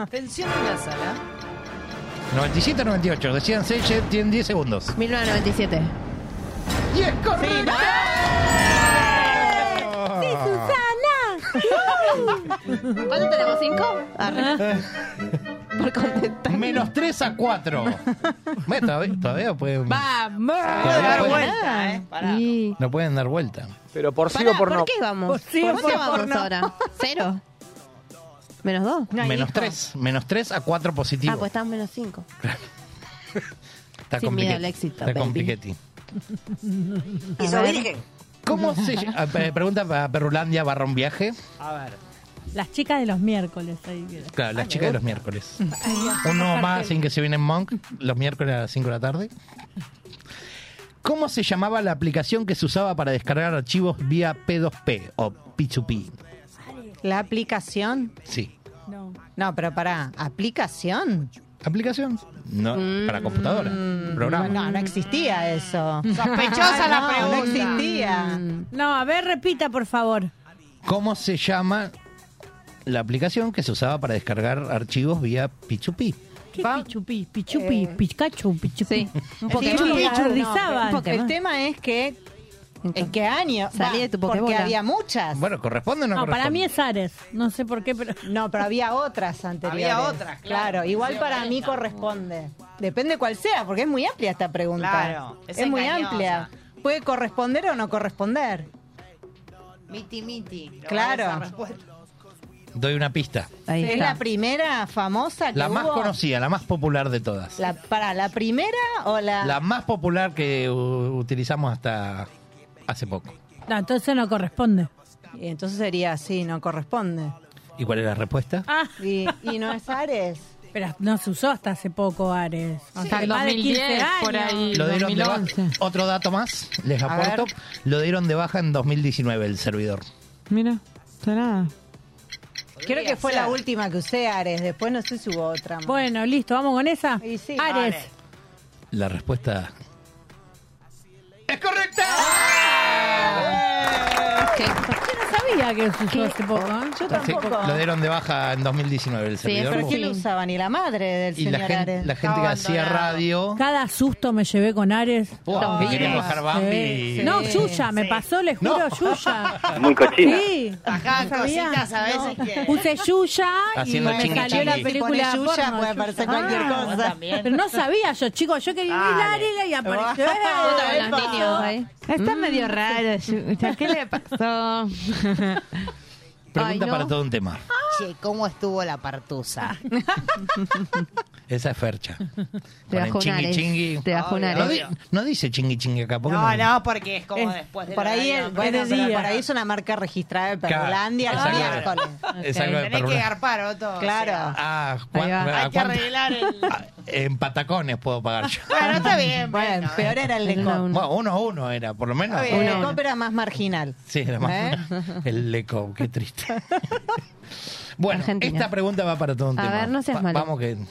G: Tensión en la
E: [laughs]
G: sala.
C: 97 98. Decían 6 tienen 10 segundos.
D: 1997.
C: ¡Y es correcto!
I: Susana.
G: ¿Cuánto tenemos? ¿Cinco?
D: Arre. [laughs] Por contestar.
C: Menos 3 a
D: [laughs]
C: 4. todavía, todavía pueden,
L: ¡Vamos!
C: Todavía
L: Dar
C: pueden-
L: vuelta, ¿eh? Pará.
D: Y-
C: no pueden dar vuelta.
M: Pero por sí
D: Pará,
M: o por,
D: ¿por
M: no.
D: qué vamos?
I: Por sí
D: ¿Por
I: o
D: qué
I: por
D: vamos
I: no.
D: ahora? ¿Cero? ¿Menos dos?
G: No hay
C: Menos
G: hijo.
C: 3. Menos 3 a 4 positivo.
D: Ah, pues estamos menos cinco.
C: está
D: sin miedo al
C: compliquete.
D: éxito,
C: Está
D: baby.
C: compliquete.
D: A
E: Y soy
D: ver.
E: virgen.
C: ¿Cómo
D: [laughs]
C: se ll- ah, pe- Pregunta para Perrulandia barra un viaje.
E: A ver.
I: Las chicas de los miércoles. ahí queda.
C: Claro, las chicas de los
I: [laughs]
C: miércoles. Uno
I: Cartel.
C: más sin que se viene en Monk, los miércoles a las 5 de la tarde. ¿Cómo se llamaba la aplicación que se usaba para descargar archivos vía P2P o P2P?
E: ¿La aplicación?
C: Sí.
I: No.
E: No, pero pará. ¿Aplicación?
C: ¿Aplicación? No,
I: Mm.
C: para computadora. Programa.
E: No, no existía eso.
G: Sospechosa la
E: No,
G: pregunta.
E: No existía.
I: No, a ver, repita, por favor.
C: ¿Cómo se llama la aplicación que se usaba para descargar archivos vía P2P?
I: ¿Qué
D: Va-
I: pichupi? Pichupi, picacho, pichupi.
D: Sí. Un
I: Pokémon.
E: Sí,
I: Pichu.
E: El
I: Rizaban.
D: Pokémon.
E: tema es que. ¿En qué año?
D: Salí
E: Va,
D: de tu
E: Porque
D: pokebola.
E: había muchas.
C: Bueno, ¿corresponde o no,
I: No, para
C: corresponde?
I: mí es Ares. No sé por qué, pero...
E: No, pero había otras anteriores.
G: Había otras, claro.
E: igual para mí corresponde. Depende cuál sea, porque es muy amplia esta pregunta.
G: Claro, es
E: es, muy
G: engañosa.
E: amplia. Puede corresponder o no corresponder.
G: Miti, miti. No
E: Claro.
G: vale esa respuesta.
C: Doy una pista.
D: Ahí
E: Es
D: está.
E: la primera famosa que
C: La más
E: hubo?
C: conocida, la más popular de todas.
E: La, ¿Para la primera o la...?
C: La más popular que u- utilizamos hasta hace poco.
I: No, entonces no corresponde.
E: Y Entonces sería así, no corresponde.
C: ¿Y cuál es la respuesta?
I: Ah,
E: Y, y no es
G: [laughs]
E: Ares.
I: pero no se usó hasta hace poco Ares. O sea,
L: Hasta el
I: más de 15
L: 2010, por
I: años.
L: ahí.
C: Lo dieron de baja.
L: 2011.
C: Otro dato más, les
E: A
C: aporto.
E: ver.
C: Lo dieron de baja en 2019 el servidor.
L: Mira, será.
E: Creo que fue la última que usé Ares, después no sé si hubo otra. más.
I: Bueno, listo, vamos con esa.
E: Y sí.
I: Ares.
G: Ares.
C: La respuesta. ¡Es correcta!
D: ¿Qué?
I: Yo no sabía que se usó hace poco. ¿eh?
E: Yo
C: Sí,
E: tampoco.
C: lo dieron de baja en 2019 el servidor.
E: ¿Pero quién
D: Sí.
E: lo usaba? Ni la madre del
C: y
E: señor
C: la gente,
E: Ares.
C: la gente que hacía
G: abandonado.
C: radio.
I: Cada susto me llevé con Ares.
C: Buah, que querían bajar Bambi.
E: Sí.
I: No, Yuya, me
G: sí.
I: pasó, les
C: No.
I: juro,
C: [laughs]
I: Yuya.
M: Muy cochina.
I: Sí.
E: [laughs]
G: Bajaban
I: No sabía.
G: cositas a veces que-
I: Puse Yuya
C: Haciendo
I: y me
C: chingui
I: salió la
C: chingui.
I: película
E: Si pones Yuya,
I: porno,
E: puede
I: Yuya.
E: aparecer cualquier
I: Ah,
E: cosa.
G: Vos también.
I: Pero no sabía yo, chicos. Yo quería ir a Ares y apareció. Mm.
E: Vos
D: Con los niños ahí.
L: Está medio raro. Yuya. ¿Qué le pasó?
C: Pregunta
D: Ay, no.
C: para todo un tema.
G: Ah.
E: Che, ¿cómo estuvo la [laughs] partusa?
C: Esa es Fercha.
D: Te
C: Con el
D: bajó un
C: chingui
D: Ares.
C: chingui.
D: Te bajó un
G: Obvio.
C: No, di-
D: Ares.
C: no dice chingui chingui acá. ¿por qué
G: No, no, porque es como después de
E: Eh, Por ahí, es, bueno,
I: de
E: pero
I: día.
E: por ahí es una marca registrada de
C: Claro,
E: Perlandia
C: exacto.
E: miércoles.
C: Es algo de
G: Tenés que
C: perro-
G: garpar, Otto.
E: Claro.
C: Ah,
D: Ahí va.
C: ¿cuán- a
G: Hay que
C: cuánto-
G: arreglar el.
E: [laughs]
C: Ah, En patacones puedo pagar yo.
G: Bueno, está bien.
E: Bueno,
G: venga,
E: peor era el de
D: Era
E: Cop.
D: un-
C: Bueno, uno a uno era, por lo menos.
G: Está bien.
E: El
G: Uno,
E: de
G: uno.
E: Cop era más marginal.
C: Sí, era más. El leco, qué triste. Bueno,
D: Argentina.
C: esta pregunta va para todo un
D: A
C: tema.
D: ver, no seas malo.
C: Vamos que.
D: No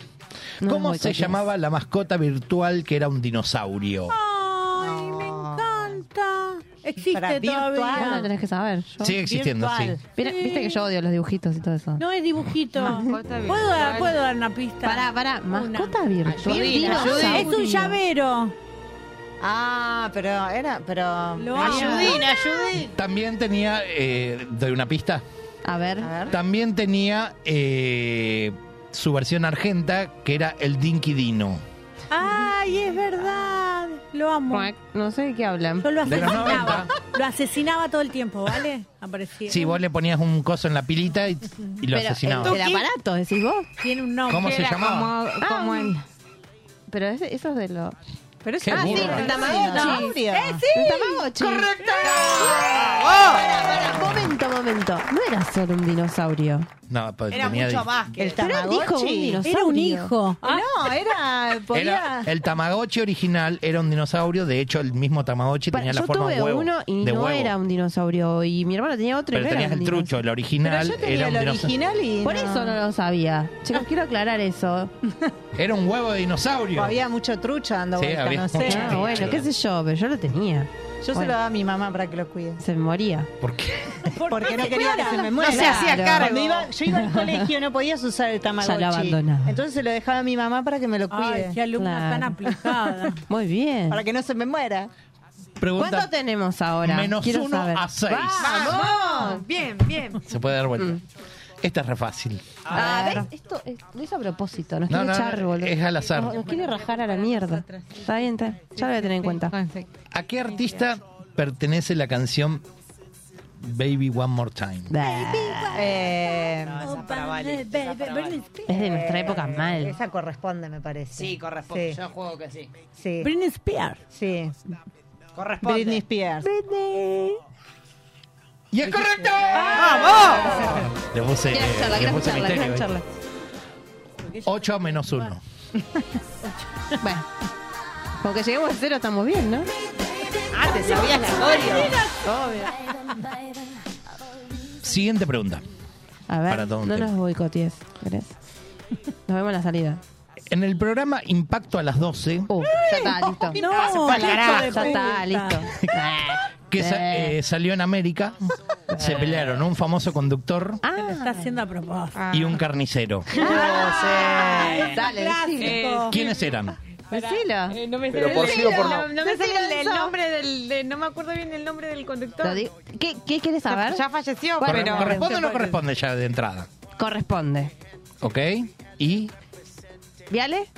D: me
C: ¿Cómo se
D: boicotees.
C: llamaba la mascota virtual que era un dinosaurio?
I: Ay, me encanta.
E: Para
I: Existe
E: virtual.
D: Ah, lo
I: todavía.
D: tenés que saber. Yo-
C: Sigue existiendo,
E: virtual.
C: sí.
D: Mira, Viste que yo odio los dibujitos y todo eso.
I: No es dibujito.
L: Mascota
I: ¿Puedo dar, ¿Puedo dar una pista?
D: Pará, pará. Mascota virtual.
G: Ayudina,
D: Dinosaurio.
I: Es un llavero.
E: Ah, pero era, pero.
I: Lo
E: Ah,
I: amo.
G: Ayudín, ayudín.
C: También tenía. eh, doy una pista.
D: A ver.
E: A ver.
C: También tenía eh, su versión argenta que era el Dinky Dino.
I: Ay, es verdad. Lo amo.
D: No sé de qué hablan.
I: Yo lo
C: De los
I: asesinaba.
C: 90.
I: Lo asesinaba todo el tiempo, ¿vale? Aparecía.
C: Sí, vos le ponías un coso en la pilita y, y lo asesinabas.
D: El aparato, decís vos.
I: Tiene un nombre.
C: ¿Cómo se
L: Era
C: llamaba?
L: Como, como el.
D: Pero ese- eso es de lo.
E: Pero es
C: Qué
E: ah, sí,
C: burro.
E: el Tamagotchi. ¡Eh, sí!
D: Un Tamagotchi.
G: ¡Correcto!
C: Oh.
D: Pará, Momento, momento. No era solo un dinosaurio.
C: No, pues
G: Era
C: tenía
G: mucho
C: di-
G: más que
E: El
D: Pero él dijo un
E: Tamagotchi.
D: dinosaurio.
I: Era un hijo.
E: No, era.
C: Era-
E: Podía.
C: el Tamagotchi original era un dinosaurio, de hecho el mismo Tamagotchi
D: Pa-
C: tenía
D: yo
C: la forma
D: tuve
C: de huevo.
D: uno y
C: de
D: no
C: huevo.
D: era un dinosaurio. Y mi hermano tenía otro y
C: Pero
D: no
C: tenías
D: era un
C: el trucho, el
D: dinosaurio.
E: Pero
C: original
E: yo
C: era
E: tenía
C: un
E: el
C: dinosaurio.
E: original y.
D: Por eso no lo sabía. Chicos, quiero aclarar eso.
C: Era un huevo de dinosaurio.
E: Había mucho trucha dando
C: Sí,
E: vuelta,
C: había
E: no sé.
C: mucho
D: Ah, bueno, qué sé yo, pero yo lo tenía.
E: Yo se
D: Bueno.
E: lo daba a mi mamá para que lo cuide.
D: Se me moría.
C: ¿Por qué?
E: Porque no quería que se me muera.
G: No se hacía cargo.
E: Cuando iba- yo iba al colegio, no podías usar el Tamagotchi.
D: Ya lo abandonaba.
E: Entonces se lo dejaba a mi mamá para que me lo
I: Ay,
E: cuide.
I: qué alumna [laughs]
D: Claro.
I: tan aplicada.
D: Muy bien.
E: para que no se me muera.
C: Pregunta-
D: ¿Cuánto tenemos ahora?
C: Menos
D: Quiero
C: uno
D: saber.
C: a seis.
D: ¡Vamos!
N: Ah, Bien, bien.
C: [laughs] Se puede dar vuelta. Esta es re fácil.
D: Ah, ¿ves? Esto es- lo hizo a propósito, nos
C: No,
D: quiere
C: no,
D: echar,
C: no,
D: boludo.
C: es al azar.
D: Nos, nos quiere rajar a la mierda. Está bien, está- ya lo voy a tener en cuenta.
C: ¿A qué artista pertenece la canción Baby One More Time?
E: Eh,
D: Es de nuestra época mal.
E: Esa corresponde, me parece.
G: Sí, corresponde.
E: Sí.
G: Yo juego que sí.
E: Sí.
G: Britney
E: Spears. Sí.
G: Corresponde.
E: Britney Spears. Britney.
C: ¡Y es correcto!
G: ¡Vamos!
C: Le puse,
G: Gran charla,
C: le
G: gran
C: puse
G: charla,
C: misterio,
G: gran
C: ¿eh?
G: charla.
C: 8 menos 1.
D: Bueno. Porque lleguemos a cero estamos bien, ¿no?
G: Ah, te sabías la coreo.
C: Siguiente pregunta.
D: A ver,
C: Para todo un
D: no
C: tema.
D: nos boicotees, ¿querés? Nos vemos en la salida. Uh,
C: En el programa Impacto a las 12,
D: Ya está, listo.
O: No,
D: Ah, se fue
O: hijo de
D: al carajo.
O: puta.
D: Ya está, listo.
C: que sa- eh, salió en América, se pelearon un famoso conductor
G: Ah.
I: Se lo está haciendo a propósito.
C: y un carnicero.
I: Ay,
D: Dale,
I: clásico.
C: ¿Quiénes eran?
D: Decilo.
N: no me
C: Pero por sí o por no.
N: No, me
D: Decilo,
N: sale el, el
D: Enzo.
N: nombre del. de- no me acuerdo bien el nombre del conductor.
D: Lo digo. ¿Qué, ¿Qué quieres saber?
N: Ya falleció,
C: Corre-
N: pero.
C: ¿Corresponde o no corresponde ya de entrada?
D: Corresponde.
C: ¿Ok? ¿Y?
D: ¿Viale?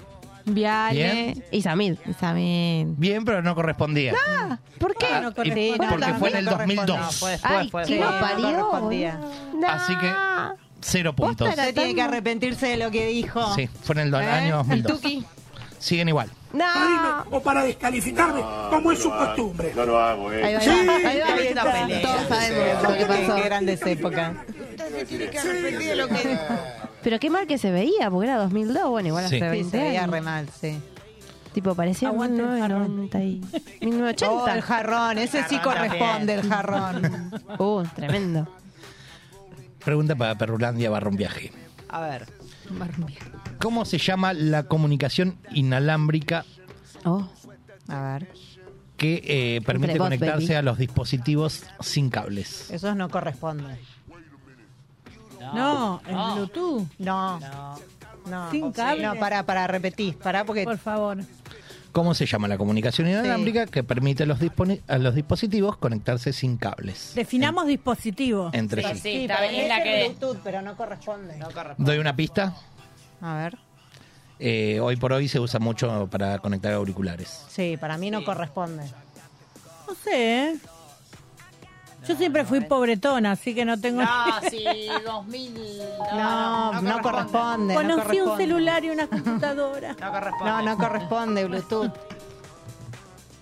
C: Viale.
D: Y Samid. Samid.
C: Bien, pero no correspondía.
D: Ah, ¿por qué?
C: Ah, no correspondía. porque
D: Bueno,
C: fue en el
D: también.
C: 2002.
D: No, fue
E: después,
D: Ay,
E: fue
D: ¿qué lo
E: después. Sí, no
D: parió?
E: correspondía.
D: boludo? No.
C: Así que cero puntos.
E: Usted tiene que arrepentirse de lo que dijo.
C: Sí, fue en el do-
E: ¿Eh?
C: año
E: El
C: 2002.
E: Tuki.
C: Siguen igual.
D: No.
P: O para descalificarme, como es su costumbre. No lo hago,
E: Ahí va,
P: Sí,
E: ahí va, ahí va,
P: ahí
E: está.
P: está.
E: Todos sabemos lo que pasó. Qué grande esa época.
D: Pero qué mal que se veía, porque era 2002. Bueno, igual
E: Sí.
D: hace 20
E: Sí, se veía
D: años.
E: re mal, sí.
D: Tipo, parecía 1990 y... 1980.
E: Oh, el jarrón, ese sí
D: Jarrón también.
E: corresponde, el jarrón.
D: [laughs] Uh, tremendo.
C: Pregunta para Perrulandia Barra un viaje.
E: A ver.
C: ¿Cómo se llama la comunicación inalámbrica
D: Oh.
E: A ver.
C: que eh, permite
E: Entre vos,
C: conectarse
E: baby.
C: a los dispositivos sin cables?
E: Esos no corresponden.
I: No, el Bluetooth.
E: No. No.
I: Sin
E: o sea,
I: cable.
E: No, pará, pará, repetís, pará porque. Por
I: favor.
C: ¿Cómo se llama la comunicación inalámbrica que permite a los, disponi- a los dispositivos conectarse sin cables?
I: Definamos dispositivo.
C: Entre sí.
G: Sí, está bien, es la que-
E: Bluetooth, pero no corresponde. No corresponde.
C: Doy una pista.
E: A ver.
C: Eh, hoy por hoy se usa mucho para conectar auriculares.
E: Sí, para mí no corresponde.
I: No sé, ¿eh? Yo siempre fui pobretona, así que no tengo.
G: No, Ah,
E: [laughs]
G: sí, 2000.
E: No, no corresponde. no
I: Conocí un
E: corresponde.
I: celular y una computadora.
G: No corresponde.
E: No, no corresponde, Bluetooth.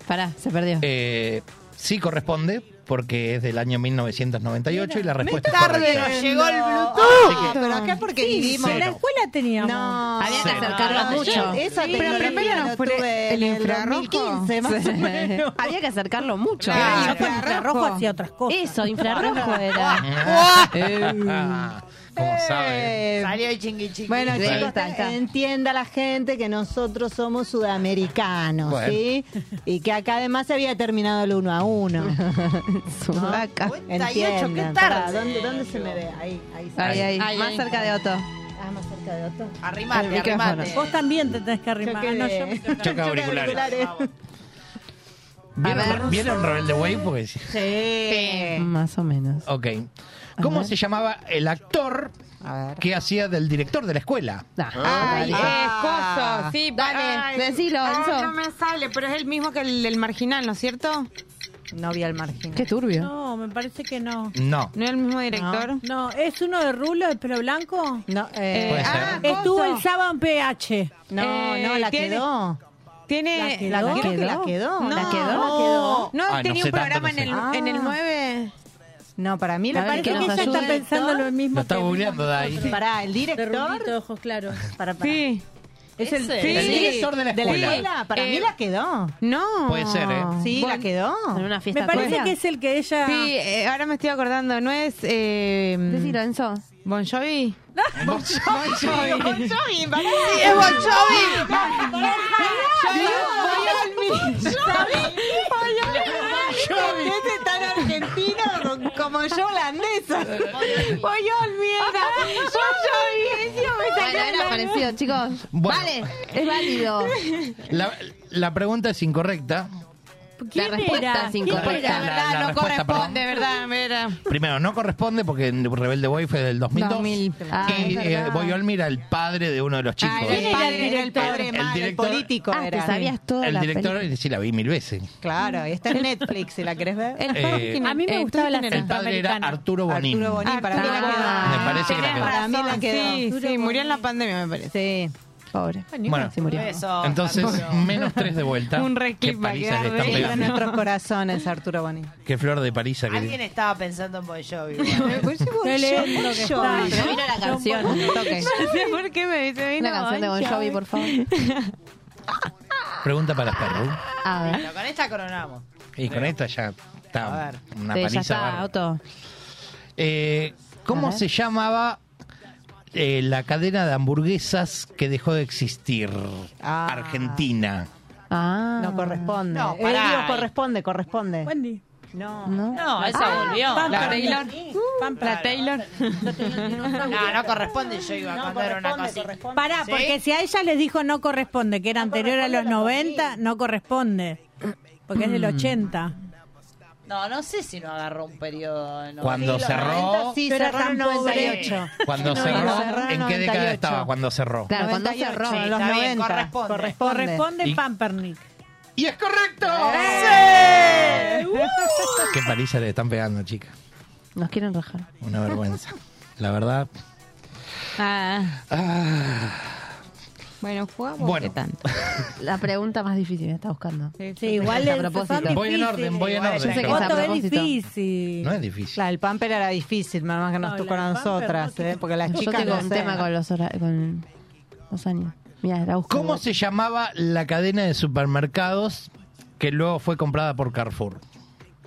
D: Pará, se perdió.
C: Eh, sí corresponde porque es del año 1998 y la respuesta es
G: tarde
C: correcta.
G: nos llegó el
C: Así
G: Bluetooth.
C: que-
E: Pero acá porque
I: Sí,
E: vivimos.
I: en la escuela teníamos.
E: No,
D: Había que
E: Cero.
D: acercarlo
E: No,
D: mucho. Sí,
E: esa
D: pero
E: tecnología
D: primero
E: lo
D: nos pone
E: tuve
D: el
E: en el
D: infrarrojo.
E: 2015, más o
D: Sí.
E: menos.
D: [laughs] Había que acercarlo mucho.
E: Claro,
D: Ah,
E: yo con infrarrojo hacía
I: otras cosas.
D: [laughs] Eso, infrarrojo era.
E: Ah.
C: ¿Cómo sabe?
E: Eh,
G: Salió el chingui chingui.
E: Bueno,
C: Ahí
E: chicos,
C: está, ahí está.
E: entienda la gente que nosotros somos sudamericanos,
C: Bueno.
E: ¿sí? Y que acá además se había terminado el uno
D: [laughs]
E: a uno.
D: Sudaca.
G: 98, qué
E: Entiendan.
G: tarde.
E: Pará, ¿Dónde, dónde se me ve? Ahí, ahí.
D: Ahí, ahí, más cerca de Otto.
E: Ah, más cerca de Otto.
G: Arrimate,
E: El micrófono.
G: arrimate.
I: Vos también te tenés que arrimar.
E: Yo
I: Ah, no,
E: quedé.
I: yo me-
C: Choca auriculares. ¿Vieron, ¿vieron Rebelde Way? Porque sí.
E: Sí.
D: Más o menos.
C: Ok. ¿Cómo se llamaba el actor que hacía del director de la escuela?
N: Ay,
E: Ah.
N: es coso. Sí,
D: Dale,
N: ay.
D: decilo,
N: Ay,
D: Enzo.
N: No me sale, pero es el mismo que el del marginal, ¿no es cierto?
E: No vi al margen.
D: Qué turbio.
I: No, me parece que no.
C: No.
N: ¿No es el mismo director?
I: No, ¿es uno de rulo de pelo blanco?
E: No, eh, ah,
C: Puede ser.
I: Estuvo el sábado en PH.
E: no,
N: Eh,
E: no, la
N: tiene-
E: quedó.
N: Tiene.
E: La
N: creo
E: quedó.
N: que
E: La quedó.
N: No,
E: La
N: no
E: quedó.
N: No,
C: Ay, Ah, no
N: tenía
C: sé
N: un
C: tanto,
N: programa
C: no sé.
N: en, el,
E: Ah.
N: en el 9.
E: No, para mí
D: A
E: la
D: ver,
E: parece
D: que
E: que,
D: nos
E: ella está
D: ayude.
E: pensando
I: Lo mismo
C: Lo está googleando de ahí.
E: Pará, el director.
I: de ojos claros.
E: Para, para.
N: Sí.
E: Es el,
N: Ese.
C: El director de la
E: de la
C: escuela.
E: escuela. Para
N: Eh,
E: mí la quedó.
N: No.
C: Puede ser, ¿eh?
E: Sí, la
N: Bueno,
E: quedó.
D: En una
I: Me
D: fiesta
I: parece
D: cumbia.
I: que es el que ella.
N: Sí, eh, ahora me estoy acordando. ¿No es. Eh,
D: Decilo, Enzo.
N: Bon Jovi?
C: Bon Jovi.
N: Bon Jovi, sí, es Bon Jovi.
E: Este es tan argentino como yo holandesa. Voy al mierda.
D: Bueno, era parecido, chicos.
C: Bueno.
D: Vale, es válido.
C: La, la pregunta es incorrecta
Q: La respuesta es incorrecta.
C: La- la- la
Q: verdad, no
C: respuesta,
Q: corresponde, verdad, mira.
C: Primero, no corresponde porque en Rebelde Boy fue del 2002.
Q: 2000. Ah,
C: y
Q: es verdad.
C: eh, Boyolmi era el padre de uno de los chicos.
E: ¿Quién era el
C: El-
E: director?
C: el
E: Mal,
C: director-
E: político
D: Ah, te
E: era.
D: sabías todo.
C: el
D: la
C: director,
D: película.
C: sí, la vi mil veces.
E: Claro, y está en Netflix, si la querés ver.
C: El Eh, Franklin-
E: a mí me
D: el
E: gustaba la
D: Franklin
C: El padre era Arturo Bonín.
E: Arturo Bonín, para mí
C: Me
E: la quedó.
C: parece que la
E: Tenés
C: quedó.
E: razón,
Q: Para mí la quedó.
E: Sí,
Q: Arturo
E: sí, murió
Q: Bonín.
E: en la pandemia, me parece. Sí.
D: Pobre.
C: Bueno,
E: se murió. Eso,
C: entonces menos tres de vuelta.
E: [laughs] Un
C: Qué
E: reclip va a
C: paliza
E: quedar
C: le están
E: de en
C: pegando.
E: nuestros corazones, Arturo Bonín.
C: Qué flor de paliza [laughs] que
G: Alguien estaba pensando en Bon Jovi. igual.
E: Qué lento que está,
G: Se
E: ¿no?
G: vino la
E: No
G: canción.
E: puedo-
D: [laughs]
G: Toque.
Q: No sé por qué me dice vino
D: Una canción de Bon Jovi, por
E: [laughs]
D: favor.
C: Pregunta para Sparrow.
D: A ver.
G: Pero con esta coronamos.
C: Y con esta ya
G: A
C: está
G: ver.
C: una
D: Sí, ya
C: paliza.
D: está,
C: bárbara.
D: Otto.
C: Eh,
D: A
C: ¿Cómo
D: ver.
C: se llamaba eh, la cadena de hamburguesas que dejó de existir? Argentina.
D: Ah.
E: No corresponde. No,
G: No,
Q: eh.
G: pará.
E: corresponde, corresponde.
I: Wendy.
E: No.
G: No, esa
E: Ah,
G: volvió.
E: Pampa.
G: La
E: Taylor.
I: Pampa.
G: Taylor. No, no corresponde. Yo iba a contar una cosita.
I: Pará,
G: ¿Sí?
I: porque si a ella les dijo no corresponde, que era anterior a los 90, no corresponde. Porque es del
C: Mm.
I: 80.
G: No, no sé si no agarró un periodo. de noventa.
C: Cuando
G: Sí, los
C: cerró-
G: 90 sí,
E: Yo era
G: cerró en
E: tan
G: 98.
E: pobre.
C: Cuando
E: No,
C: cerró,
E: cerró en
C: ¿en qué
E: 98.
C: década estaba cuando cerró?
D: Claro, cuando
E: 98,
D: cerró.
E: en
G: Sí,
E: los
G: está bien,
E: 90.
G: corresponde.
I: Corresponde
C: Y-
I: Pampernick.
C: ¡Y es correcto! Qué paliza le están pegando, chica.
D: Nos quieren rajar.
C: Una vergüenza. [laughs] La verdad.
Q: Ah,
C: Ah,
Q: bueno, jugamos.
C: bueno,
D: La pregunta más difícil me está buscando.
I: Sí, igual
D: A
I: es-
D: propósito.
I: son
C: Voy en orden,
I: difíciles.
C: voy en
I: Igual
C: orden.
I: yo sé que
D: Claro.
I: Otto
D: A
I: es
D: propósito.
I: difícil.
C: no es difícil.
E: La del Pamper era difícil, mamá, que nos
I: No,
E: tocó
I: la
E: a
I: del Pamper
E: nosotras,
I: no,
E: ¿eh? Porque las
D: Yo
E: chicas
D: tengo
E: no
D: un
E: sé.
D: tema con los, hora- con los años. Mira, la busco.
C: ¿Cómo se llamaba la cadena de supermercados que luego fue comprada por Carrefour?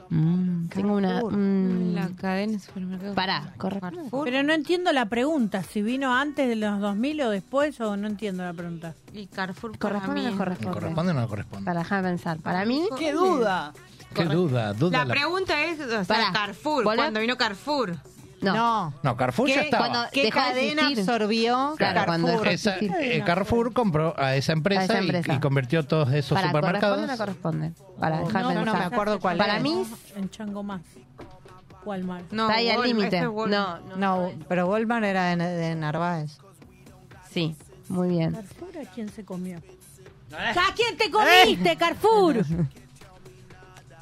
D: Mm, tengo una. mm,
Q: La cadena de supermercados.
D: Pará, correcto.
Q: Carrefour.
I: Pero no entiendo la pregunta, si vino antes de los 2000 o después, o no entiendo la pregunta.
Q: Y Carrefour para
D: ¿Corresponde o
Q: mí.
D: no
C: ¿Me
D: corresponde?
C: corresponde o no corresponde?
D: Para dejar pensar. Para mí.
G: ¡Qué duda!
C: Qué duda, duda.
Q: La
C: la-
Q: pregunta es, o sea,
D: Pará.
Q: Carrefour,
D: Volá-
Q: cuando vino Carrefour.
D: No.
E: No.
C: No, Carrefour ya
E: ¿Qué-
C: estaba.
D: cuando-
E: ¿Qué
D: Dejó de
E: cadena
D: existir.
E: absorbió
D: Claro, cuando
E: Carrefour?
D: dejó-
C: Esa-
D: Sí, sí.
C: eh, Carrefour compró a esa empresa,
D: A esa
C: y-
D: empresa.
C: Y, convirtió todos esos
D: Para, ¿corresponde o no
C: supermercados.
D: corresponde? Para dejar
E: No,
D: pensar.
E: no me acuerdo cuál
D: Para
E: es.
D: mí,
I: En Chango más. Walmart.
Q: No,
D: está ahí al
Q: Wal-
D: límite.
Q: ese es Wal-
D: No, no.
E: No, pero Goldman era de, de Narváez.
D: Sí, muy bien.
I: Carrefour, ¿a quién se comió?
G: No,
I: ¿A quién te
G: Eh.
I: comiste, Carrefour?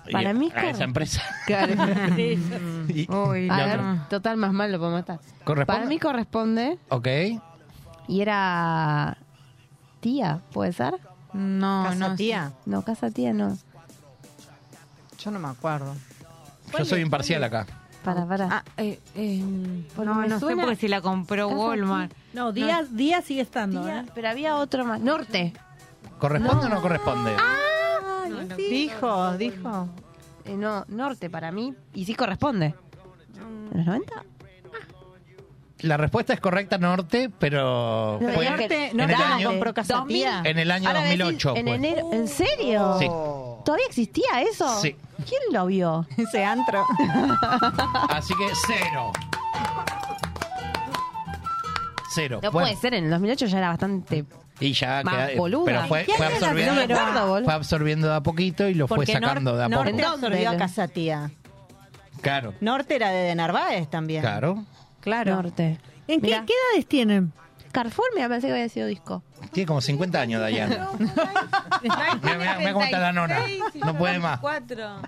C: Y
D: Para mí,
C: a esa
D: corre-
C: empresa.
D: Claro.
C: [laughs] Y-
Q: Uy,
C: y otro.
D: A ver, total, más mal lo puedo matar.
C: ¿Corresponde?
D: Para mí corresponde.
C: Ok.
D: Y era. Tía, ¿puede ser?
Q: No,
E: Casa
Q: no.
E: tía.
D: No, casa tía no.
E: Yo no me acuerdo.
C: Yo soy imparcial acá.
D: Para, para.
Q: Ah, eh, eh,
D: Porque
Q: no,
D: me
Q: no sé
D: suena-
Q: porque si la compró
D: Casa
Q: Walmart.
I: No, Díaz, Díaz sigue estando.
D: Tía,
I: ¿eh? [laughs]
D: pero había otro más. Norte.
C: ¿Corresponde o no corresponde?
E: Dijo, dijo.
D: Eh, no, norte para mí. Y sí corresponde.
Q: Mm.
D: ¿En los 90?
C: La respuesta es correcta norte, pero
D: No,
C: fue
D: norte,
C: en,
D: norte.
F: este
C: el año,
E: Compró casa
D: 2000.
E: tía.
F: [laughs]
C: en el año
D: Ahora decís,
C: 2008.
D: en
C: fue.
D: enero. ¿En serio?
C: pues. Sí.
D: ¿Todavía existía eso?
C: Sí.
D: ¿Quién lo vio?
E: Ese antro.
C: Así que cero. Cero.
D: No
C: Bueno,
D: puede ser, en el 2008 ya era bastante...
C: Y ya
D: Más
C: queda- eh,
D: boluda.
C: Pero fue,
D: ¿Quién
C: fue
D: era la
C: absorbiendo,
D: que no me acuerdo, boludo?
C: fue absorbiendo de a poquito y lo fue
E: Porque
C: sacando de a poco.
E: Norte
D: ¿En dónde?
E: absorbió a casa tía.
C: Claro,
E: Norte era de, de Narváez también.
C: claro.
E: Claro.
D: Norte.
I: ¿En qué,
D: Mirá.
I: qué edades tienen?
D: Carrefour me pensé que había sido disco.
C: Tiene como 50 años, Dayana. Mira, mira, mira cómo está la nona. No puede más.
I: Cuatro.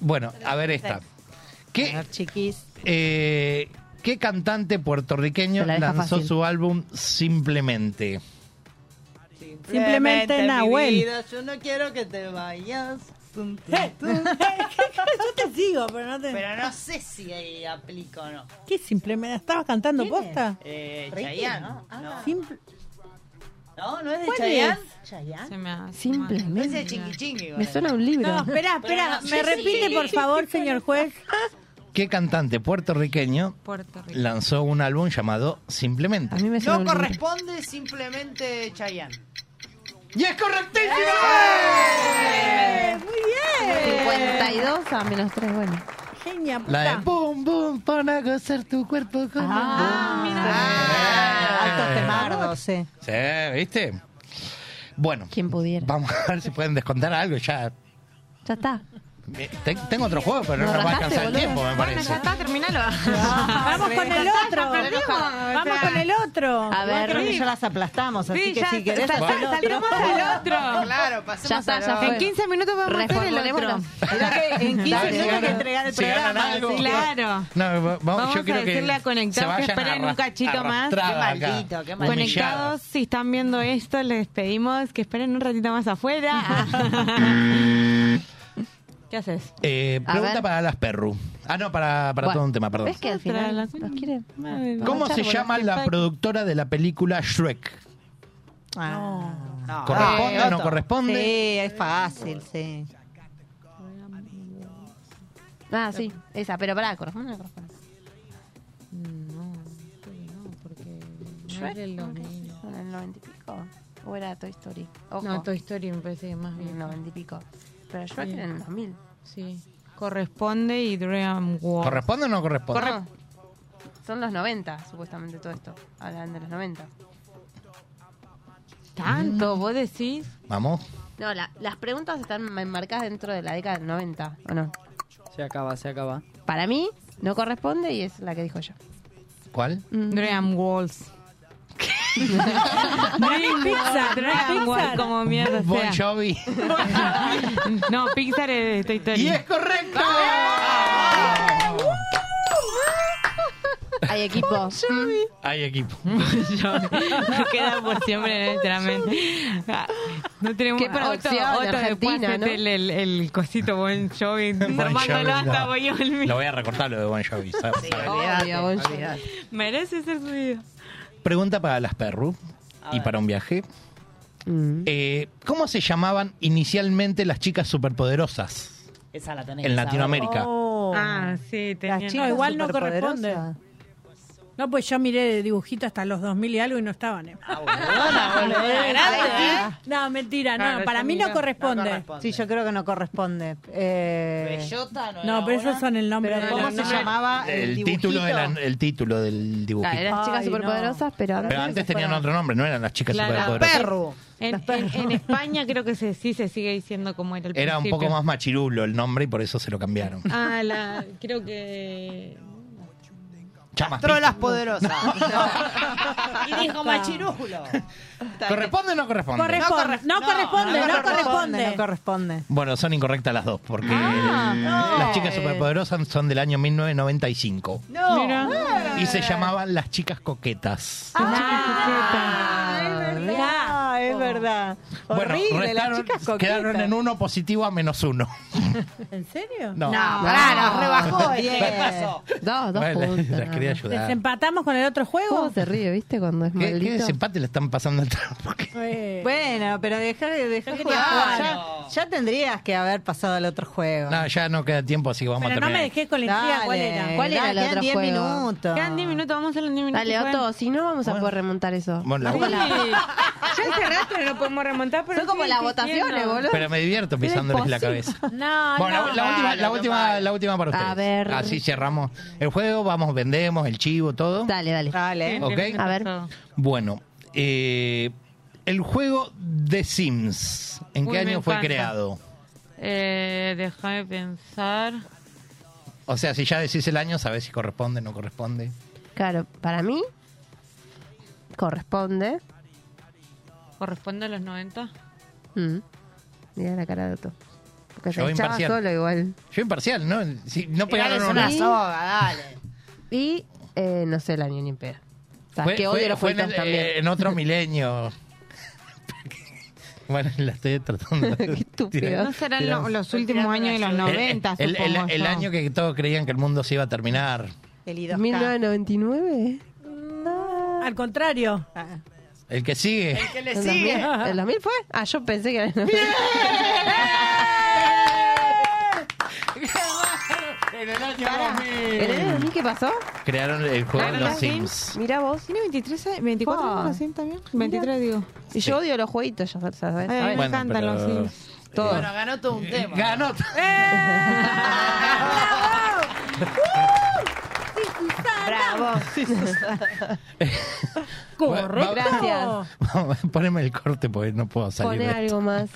C: Bueno, a ver esta.
E: A
C: ¿Qué,
E: ver, chiquis.
C: eh, qué cantante puertorriqueño
D: Se la deja
C: lanzó
D: fácil.
C: su álbum Simplemente?
I: Simplemente
G: mi
I: Nahuel.
G: vida, yo no quiero que te vayas. Tum, tum, tum.
I: Eh, Yo te sigo, pero no te.
G: Pero no sé si ahí aplico o no.
I: ¿Qué simplemente? ¿Estabas cantando posta?
G: Eh,
E: Ricky,
G: Chayanne.
E: ¿no?
G: No.
I: Simple-
G: no, no es de
I: ¿Cuál
G: Chayanne.
Q: Se me hace
D: Simplemente.
G: Es de Chingui Chingui.
D: Me
G: bueno.
D: suena un libro.
I: No, espera, espera.
G: no, sí,
I: ¿Me repite,
G: sí.
I: por favor, señor juez?
C: ¿Qué cantante puertorriqueño
Q: Puerto Rico.
C: lanzó un álbum llamado Simplemente?
D: A mí me suena
G: No
D: un libro.
G: corresponde simplemente Chayanne.
C: ¡Y es correctísimo!
G: Eh,
D: 52 a menos 3, bueno.
I: Genia, puta.
C: La de Boom Boom para gozar tu cuerpo con
E: Ah,
C: el boom.
E: altos temardos, sí.
C: Sí, ¿viste? Bueno. Quien pudiera. Vamos a ver si pueden descontar algo. Ya.
D: Ya está.
C: eh, te- tengo otro juego, pero no nos va a alcanzar el tiempo,
F: Bueno,
C: me parece.
F: ya está, terminalo.
I: Vamos con el otro. Vamos con el otro.
R: A ver,
I: Igual creo que
R: ya las aplastamos, así
I: Sí,
R: que
I: ya,
R: si querés
I: sal-
R: hacer
I: sal-
R: otro.
I: saltamos al otro.
R: Claro, pasemos
F: Ya está,
R: al
F: ya
R: otro.
F: fue. En 15 minutos vamos a hacer el otro.
R: Mirá que en 15 minutos hay
F: Dale,
R: que
F: ganan-
R: entregar el
F: si ganan
R: programa.
F: algo.
R: así que-
F: Claro.
C: No, va- va-
F: Vamos
C: yo
F: a
C: creo que
F: decirle a
C: se
F: Conectados que
C: vayan
F: esperen
C: arras-
F: un cachito más.
C: arrastradas acá, humilladas.
F: Conectados, si están viendo esto, les pedimos que esperen un ratito más
I: [laughs]
F: afuera. ¿Qué haces?
C: Eh,
F: A
C: pregunta
F: ver.
C: para las perru. Ah, no, para, para
F: Bueno,
C: todo un tema, perdón.
D: ¿Ves que al final nos quiere?
F: Ah,
C: ¿Cómo se llama la productora de la película Shrek?
F: Ah,
R: No,
C: ¿Corresponde
R: eh,
C: o no
R: otro.
C: corresponde?
R: Sí, es fácil, sí.
D: Ah, sí, esa, pero pará, corresponde o no corresponde.
F: Shrek,
D: ¿En
F: ¿no?
D: el noventa y pico? ¿O era Toy Story?
F: No, Toy Story me parece que más
D: En el
F: bien.
D: noventa y pico. Pero Shrek
F: Sí.
D: era en el 2000.
F: Sí. Corresponde y DreamWorks.
C: ¿Corresponde o no corresponde?
D: No. Son los 90, supuestamente, todo esto. Hablan de los 90.
C: Mm.
F: ¿Tanto? ¿Vos decís?
C: Vamos.
D: No, la- las preguntas están enmarcadas dentro de la década del 90, ¿o no?
S: Se acaba, se acaba.
D: Para mí, no corresponde y es la que dijo yo.
C: ¿Cuál?
R: [laughs]
F: DreamWorks.
I: Dream Pixar, Dream
F: DreamWorks,
I: Pixar.
F: como mierda
C: Bon
F: sea. [laughs]
C: Jovi.
F: No, Pixar es Toy Story.
C: ¡Y es correcto!
F: ¡Ah!
D: Hay equipo.
C: Hay equipo.
F: Nos queda por siempre en
C: [laughs]
F: nuestra mente. Ah, No tenemos
D: Qué producción de
F: después
D: Argentina, ¿no?
F: hacete el, el, el cosito Bon Jovi,
C: Bon Jovi,
F: armándolo hasta
C: no.
F: Boyolmi.
C: Lo voy a recortar lo de ¿ah? Bon Jovi. ¿sabes?
D: Obvio, Bon Jovi.
F: Merece ser subido.
C: Pregunta para las perru y para un viaje. Eh, ¿Cómo se llamaban inicialmente las chicas superpoderosas?
S: Esa la tenés.
C: En
S: que saber.
C: Latinoamérica.
R: Oh.
F: Ah, sí, tenían.
I: No, igual no corresponde. No, pues yo miré dibujitos hasta los 2000 y algo y no estaban. eh.
F: Ah.
I: No, mentira, Ah, no,
R: Claro,
I: para
R: yo
I: mí no
R: miro.
I: corresponde.
R: No Sí, yo creo que no corresponde. Eh,
S: Bellota no.
I: No, pero esos son el nombre
R: Pero
I: de
R: ¿cómo
I: los
R: se
I: nombres.
R: llamaba
C: El, título de la- el título del dibujito.
D: Claro, eran chicas
I: Ay,
D: superpoderosas, pero antes.
C: Pero antes tenían otro nombre, no eran las chicas
F: Claro,
C: superpoderosas.
F: En, en- en España creo que se, sí se sigue diciendo como era el
C: Era un poco
F: principio.
C: más machirulo el nombre y por eso se lo cambiaron.
F: Ah, la, creo que...
C: Chamas
R: Trolas
C: Pink.
R: poderosas.
G: [laughs]
S: Y dijo machirulo.
C: ¿Corresponde o no corresponde?
I: Corresponde. No corresponde, no corresponde.
R: No corresponde.
C: Bueno, son incorrectas las dos, porque las chicas superpoderosas son del año 1995.
R: No.
C: Y se llamaban las chicas coquetas.
D: Ah,
R: Ah, es verdad. Horrible, las
C: restaron-
R: chicas coquetas.
C: quedaron en uno positivo a menos uno.
I: ¿En serio?
C: No.
R: pará, nos rebajó.
I: ¿Qué
R: bien.
I: pasó?
D: Dos, dos
C: Bueno, las-
D: puntos.
C: las quería ayudar.
I: ¿Desempatamos con el otro juego?
D: ¿Cómo se ríe, viste, cuando es
C: ¿Qué, qué
D: maldito?
C: desempate le están pasando al trapo?
R: Bueno, pero dejar de dejar
I: No
R: jugar.
I: quería jugar.
R: Ya, ya tendrías que haber pasado al otro juego.
C: [laughs] No, ya no queda tiempo, así que vamos a
I: Pero no
C: terminar.
I: me dejé con la intriga cuál
R: Dale.
I: era.
D: ¿Cuál era el
R: Quedan
D: otro
R: 10
D: juego?
R: minutos.
F: Quedan 10 minutos, vamos a los 10 minutos.
D: Dale,
F: que
D: Otto, si no vamos a poder remontar eso.
C: Bueno, la-
D: Como
I: [laughs]
F: juegan. Sí. Ya hace rato no lo podemos remontar, pero
D: Son como
F: sí,
D: las
F: sí,
D: votaciones,
F: no.
D: boludo.
C: Pero me divierto pisándoles la cabeza.
I: [laughs] No,
C: Bueno,
I: no.
C: la, la última, la, última, la última para ustedes.
D: A ver.
C: Así cerramos el juego, vamos, vendemos el chivo, todo.
D: Dale, dale.
R: Dale.
C: Ok.
D: A ver.
C: Bueno, eh, el juego The Sims, ¿en
F: Uy,
C: qué
F: me
C: año fue
F: encanta.
C: creado?
F: Eh, déjame pensar.
C: O sea, si ya decís el año, sabés si corresponde o no corresponde.
D: Claro, para mí corresponde.
F: ¿Corresponde a los 90?
D: Mm. Mira la cara de Otto. Porque
C: Yo
D: se echaba
C: imparcial.
D: solo igual.
C: Yo imparcial, ¿no? Si no pegaron
R: Dale,
C: una.
R: una soga, dale.
D: Y eh, no sé el año ni en pedo. O sea,
C: Fue-
D: que
C: fue-
D: odio los
C: fue en,
D: cuentos
C: el-
D: también. [laughs]
C: eh, en
F: [laughs]
C: otro milenio. bueno, la estoy tratando.
F: [laughs]
C: Qué
F: No serán lo- los últimos años de los 90,
C: Eh, el, el-
F: supongo
C: el
F: yo.
C: año que todos creían que el mundo se iba a terminar.
R: El I2K.
D: 1999.
I: Al contrario.
C: El que sigue.
R: ¿Qué le
D: ¿El 2000?
R: sigue?
D: ¿El 2000 fue? Ah, yo pensé que era el 2000.
C: [laughs] En el año
D: ¿El año 2000 qué pasó?
C: Crearon el juego de
F: Claro,
C: los
F: los
C: Sims.
D: Mira vos.
F: ¿Tiene 23 años? ¿24
D: Ah.
F: años recién también? 23 digo.
D: Y yo odio los jueguitos, ya sabes.
F: Ay, a mí me
C: Bueno,
F: encantan
C: pero-
F: los Sims.
D: Todo.
R: Bueno, ganó todo un tema.
C: Ganó.
D: Ah.
R: Bravo.
C: Correcto.
D: Gracias.
C: [laughs] Poneme el corte porque no puedo salir.
D: Pone
C: de esto.
D: algo más.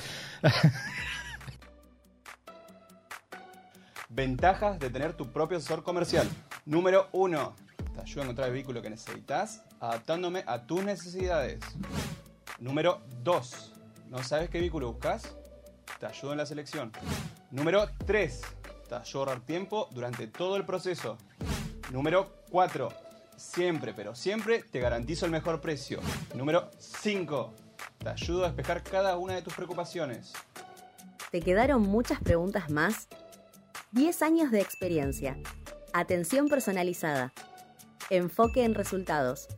T: Ventajas de tener tu propio asesor comercial. Número 1. Te ayuda a encontrar el vehículo que necesitas, adaptándome a tus necesidades. Número 2. ¿No sabes qué vehículo buscas? Te ayudo en la selección. Número 3. Te ayuda a ahorrar tiempo durante todo el proceso. Número 4. Siempre, pero siempre te garantizo el mejor precio. Número 5. Te ayudo a despejar cada una de tus preocupaciones.
U: ¿Te quedaron muchas preguntas más? 10 años de experiencia. Atención personalizada. Enfoque en resultados.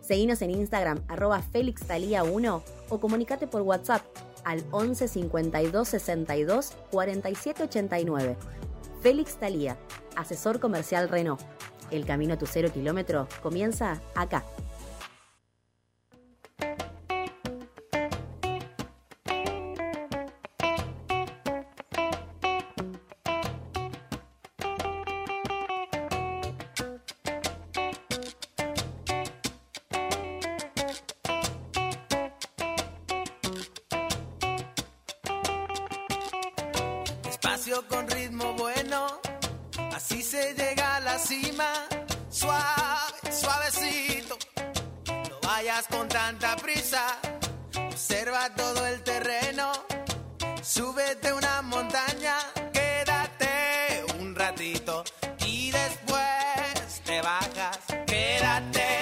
U: Seguinos en Instagram arroba FélixTalía1 o comunicate por WhatsApp al 11 52 62 47 89. Félix Talía, asesor comercial Renault. El camino a tu cero kilómetro comienza acá.
E: Espacio con ritmo bueno, así se llega a la cima. Suave, suavecito, no vayas con tanta prisa. Observa todo el terreno, súbete una montaña, quédate un ratito y después te bajas. Quédate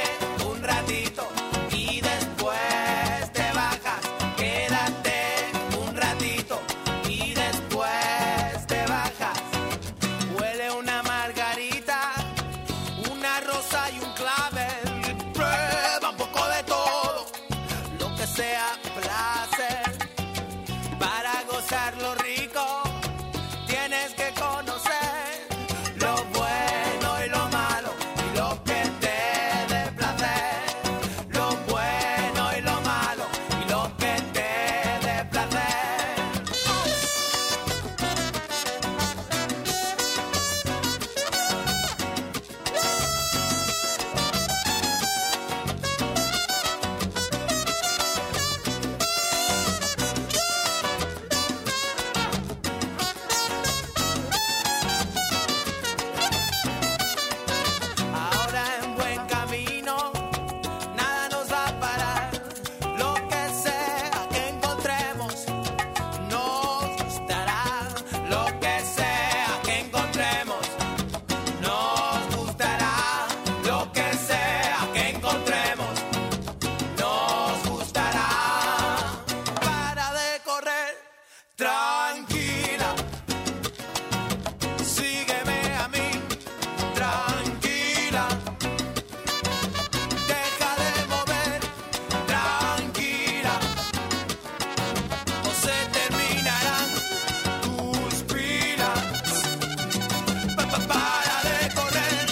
E: un ratito y después te bajas. Quédate un ratito y después te bajas. Huele una margarita, una rosa y un clavel. Prueba un poco de todo, lo que sea placer. Para gozar lo rico, tienes que conocer lo bueno y lo malo y lo que te dé placer. Lo bueno y lo malo y lo que te dé placer. Ahora en buen camino, nada nos va a parar. Lo que sea que encontremos, nos gustará. Lo que sea que encontremos, nos gustará. Lo que sea que encontremos, nos gustará. Para de correr, tranquila. Sígueme a mí tranquila. Deja de mover, tranquila. O se terminarán tus pilas. [laughs] Pa- pa- para de correr,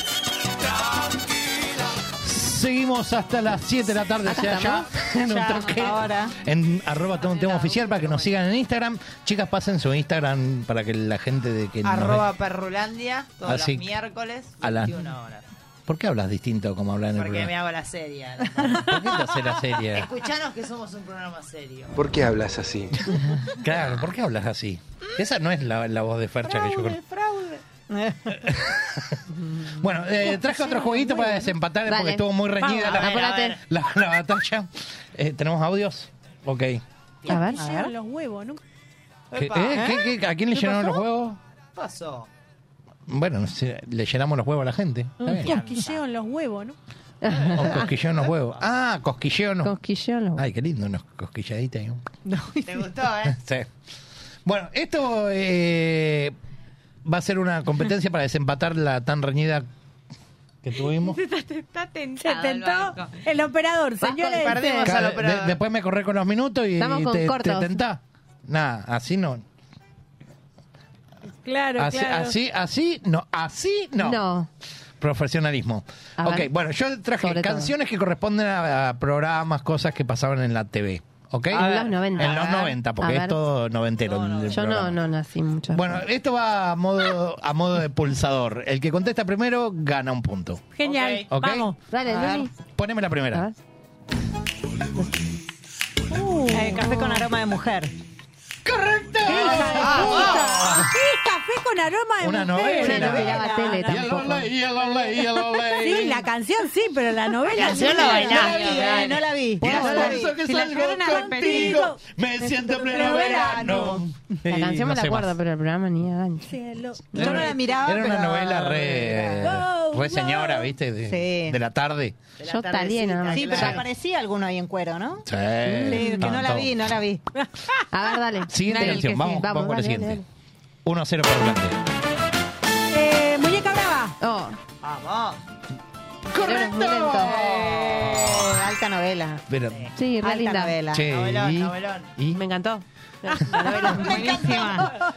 E: tranquila.
C: Seguimos hasta las 7 de la tarde,
V: Acá
C: sea ya.
V: estamos.
C: En un
V: Ya,
C: toque.
V: ahora.
C: En arroba todo un tema oficial para que nos sigan en Instagram. Chicas, pasen su Instagram para que la gente de que. nos ve-
G: Arroba Perrulandia, todos
C: Así-
G: los miércoles,
C: a las-
G: 21 horas.
C: ¿Por qué hablas distinto como hablan en el
G: Porque me
C: programa?
G: hago la serie.
C: [laughs] ¿Por qué te haces la
G: [laughs]
C: serie?
G: Escuchanos que somos un programa serio.
W: ¿Por qué hablas así?
C: Claro, ¿por qué hablas así? Esa no es la, la voz de Fercha que yo conozco.
G: fraude.
C: Bueno, eh, traje otro jueguito para desempatar [laughs]
D: Dale.
C: porque estuvo muy reñida
D: Vamos,
C: la,
D: apúrate.
C: la- la- la batalla. Eh, ¿Tenemos audios? Ok.
I: A ver,
C: A
I: llegan
C: ver.
I: los huevos, nunca.
C: ¿Qué- eh, qué- qué- ¿A quién le
I: ¿Qué
C: llenaron
I: pasó?
C: los huevos?
G: Pasó.
C: Bueno, no sé, le llenamos los huevos a la gente. Está bien.
I: Cosquilleo en los huevos, ¿no?
C: O cosquilleo en los
I: [laughs]
C: huevos. Ah, cosquilleo en los
D: Cosquilleo en los
C: Ay, qué lindo, unos cosquilladitas. ¿no?
G: ¿Te gustó, eh?
C: Sí. Bueno, esto eh, va a ser una competencia para desempatar la tan reñida que
I: [laughs]
C: tuvimos.
I: Está tentado. Se
V: el
I: tentó el operador, señores.
C: Claro, de- después me corré con los minutos y
I: Estamos con
C: te, te
I: cortos.
C: tentá. Nada, así no.
I: Claro,
C: así,
I: claro.
C: así, así no. Así no.
D: No.
C: Profesionalismo.
D: A
C: ok,
D: ver.
C: bueno, yo traje
D: Sobre todo.
C: canciones que corresponden a, a programas, cosas que pasaban en la TV. ¿Ok?
D: En los 90.
C: En los
D: A ver.
C: 90,
D: A
C: porque es
D: ver.
C: todo noventero. el
D: Yo no,
C: programa.
D: no nací mucho.
C: Bueno, esto va a modo, a modo de pulsador. El que contesta primero gana un punto.
I: Genial.
C: ¿Ok?
I: Vamos.
D: Dale,
C: A ver,
D: Luli.
C: Poneme la primera.
E: Eh, café con aroma de mujer.
C: ¡Correcto! Ah,
E: Café con aroma de
C: Una
E: mujer.
C: novela. Una novela,
E: No,
C: tele
E: no.
C: tampoco. Yellow lay, yellow lay, yellow lay.
E: Sí, la canción sí, pero la novela.
C: La canción
E: no
C: la
E: No
C: bailás,
E: la vi,
C: dale.
E: eh, no la vi.
C: Y es
E: No la
C: por
E: vi.
C: eso que
E: Si la
C: salgo
E: llegaron a repetir,
C: contigo. Me siento en pleno verano.
D: La
C: Y
D: canción
C: no
D: me la
C: sé
D: acuerdo,
C: más.
D: pero el programa ni agancha.
E: Yo no la miraba,
C: Era una
E: pero-
C: novela re, re señora, ¿viste? De,
E: Sí.
C: de la tarde.
D: Yo talía nada más.
E: Sí, pero
D: Claro.
E: aparecía alguno ahí en cuero, ¿no?
C: Sí,
E: que no la
C: tanto.
E: vi, no la vi. [laughs]
D: A ver, dale.
C: Siguiente
D: Dale, el
C: canción,
D: que
C: vamos,
D: sigue.
C: vamos con la
D: dale,
C: siguiente. 1-0 para Holanda.
D: dale.
E: Eh, muñeca brava.
D: Oh,
G: Vamos.
E: Correcto. Eh,
C: [laughs]
E: alta novela.
C: Pero,
D: Sí, re
E: Alta
D: linda.
E: novela.
C: Che,
E: Novelón,
C: y-
E: novelón.
C: y-
D: Me encantó. La novela es buenísima.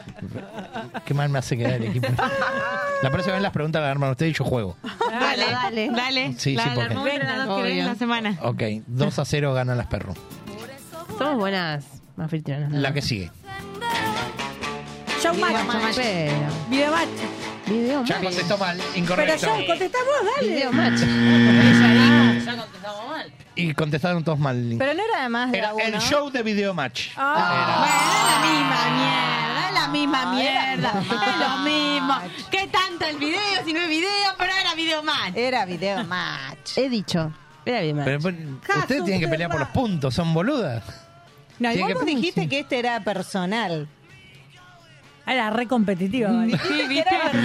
C: qué mal me hace quedar el equipo. La próxima vez las preguntas las arman ustedes y yo juego.
I: Dale, dale. Dale.
C: Sí, sí,
I: la, la
C: porque-
I: armamos entre las dos que
D: Obvio.
I: ven la semana.
C: Ok, 2 a 0 ganan las perros.
D: Somos buenas anfitrionas.
C: La que sigue.
E: Showmatch. Videomatch.
D: Videomatch.
C: Ya contestó mal,
E: Pero
C: incorrecto.
E: yo, contestá vos, dale.
D: Videomatch.
G: Ya contestamos mal.
C: Y contestaron todos mal.
E: Pero no era además de
C: Era
E: la uno. Ah.
C: el show de Videomatch.
I: Mierda, es Ah, la misma mierda. Es lo mismo. ¿Qué tanto el video? Si no es video, pero era video más.
E: Era video match.
D: He dicho. Era bien mal.
C: Pero, pues, ustedes tienen que pelear por los puntos, son boludas.
E: No, y
C: Tiene
E: vos
C: que-
E: nos dijiste que este era personal. Era re competitivo.
I: Mm.
E: Sí, viste.
G: Se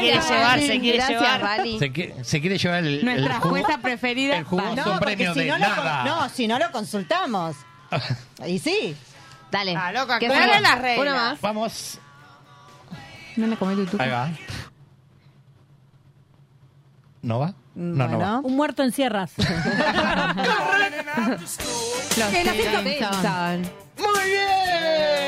G: quiere llevar, se quiere
D: Gracias,
G: llevar.
D: Vali.
C: Se, qui- se quiere llevar el, el
I: Nuestra
C: jugo-
I: jueza preferida.
C: el jugoso
I: Vali.
C: premio de
E: no, lo,
C: nada.
E: con- no, si no lo consultamos. Y sí.
D: Dale.
G: Ah, loca,
D: ¿Qué
G: aclara
D: sigue?
G: las reglas.
D: Una
C: [laughs]
D: más.
C: Vamos.
I: No la comí tú.
C: Ahí va. ¿No va? No, no va.
E: Un muerto en
I: [laughs]
E: sierras. Eh,
D: Que los Simpsons.
E: ¡Muy bien!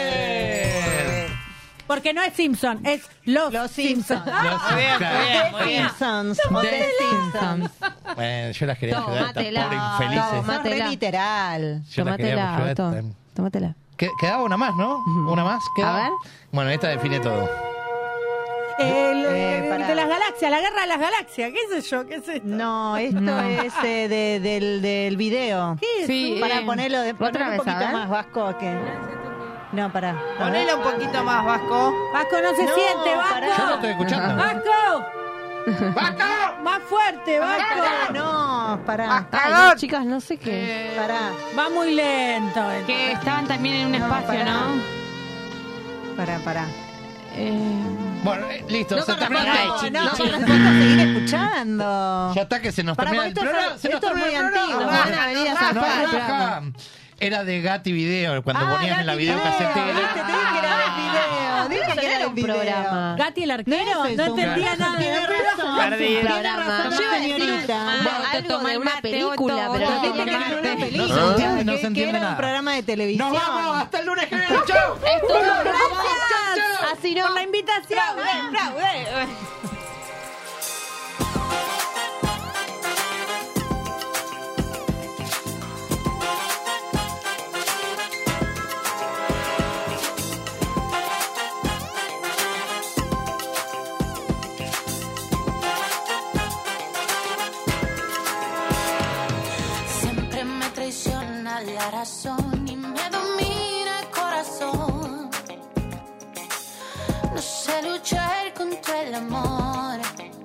E: Porque no es Simpson, es los, Simpsons.
C: Los Muy bien, Simpsons. muy bien, muy bien.
E: Simpsons. o
C: Tómatela.
E: The Simpsons.
C: Eh, yo las quería ayudar, estas
D: Tómatela.
C: pobres infelices.
E: Sos re literal.
C: Yo las quería
D: Tómatela,
C: ayudar,
D: Otto.
C: tan-
D: Tómatela.
C: Que- Quedaba una más, ¿no? Una más. queda.
D: A ver.
C: Bueno, esta define todo.
E: El, de las galaxias, la guerra de las galaxias. ¿Qué sé yo? ¿Qué es esto? No, esto es eh, de- del, del video.
D: Sí,
E: Para
D: eh,
E: ponerlo de,
D: otra
E: poner un
D: vez, a
E: poquito
D: ver.
E: más vasco que. No, pará. A ver.
G: Ponela un poquito más, Vasco.
E: Vasco no se
G: No,
E: siente,
G: pará.
E: Vasco.
C: Yo no estoy escuchando.
E: ¡Vasco! ¡Vasco! ¡Más fuerte, Vasco! No, pará.
D: Ay, no, chicas, no sé
E: Eh,
D: qué.
E: Pará. Va muy lento.
I: Que estaban también en un espacio,
E: pará.
I: ¿no?
E: Pará, pará.
C: Bueno, eh, listo.
E: No
C: se
E: para
C: terminó.
E: no, no, para nosotros seguir escuchando.
C: Ya está que se nos
E: Pará,
C: termina el
E: porque esto es-
C: programa. Se nos
E: esto es
C: termina el
E: muy
C: programa.
E: antiguo.
C: Baja,
E: Van a venir a
C: baja,
E: zafar el
C: baja.
E: programa.
C: Ah, Era de Gatti Video, cuando
E: Ah,
C: ponían en la
E: Gatti Video,
C: videocasetera.
E: viste, te dije que era del video. Dije que era del video.
D: programa.
E: Gatti el arquero, no, entendía nada. Tiene razón.
D: Perdí.
E: Tiene
D: Programa.
E: razón,
D: Yo iba a decir
E: señorita.
D: algo de
I: tomate,
D: una
I: Otto,
D: película,
I: Otto,
D: pero
I: Otto,
D: no
E: Tiene que
I: tomate.
E: ver una película.
C: No se entiende, no
E: que-
C: se entiende
E: Que era
C: nada.
E: un programa de televisión.
C: ¡Nos vamos! ¡Hasta el lunes que viene! ¡Chau!
D: Esto no, no.
E: Gracias. Así no. Por la invitación.
X: Siempre me traiciona la razón y me domina el corazón. No sé luchar contra el amor. Mm.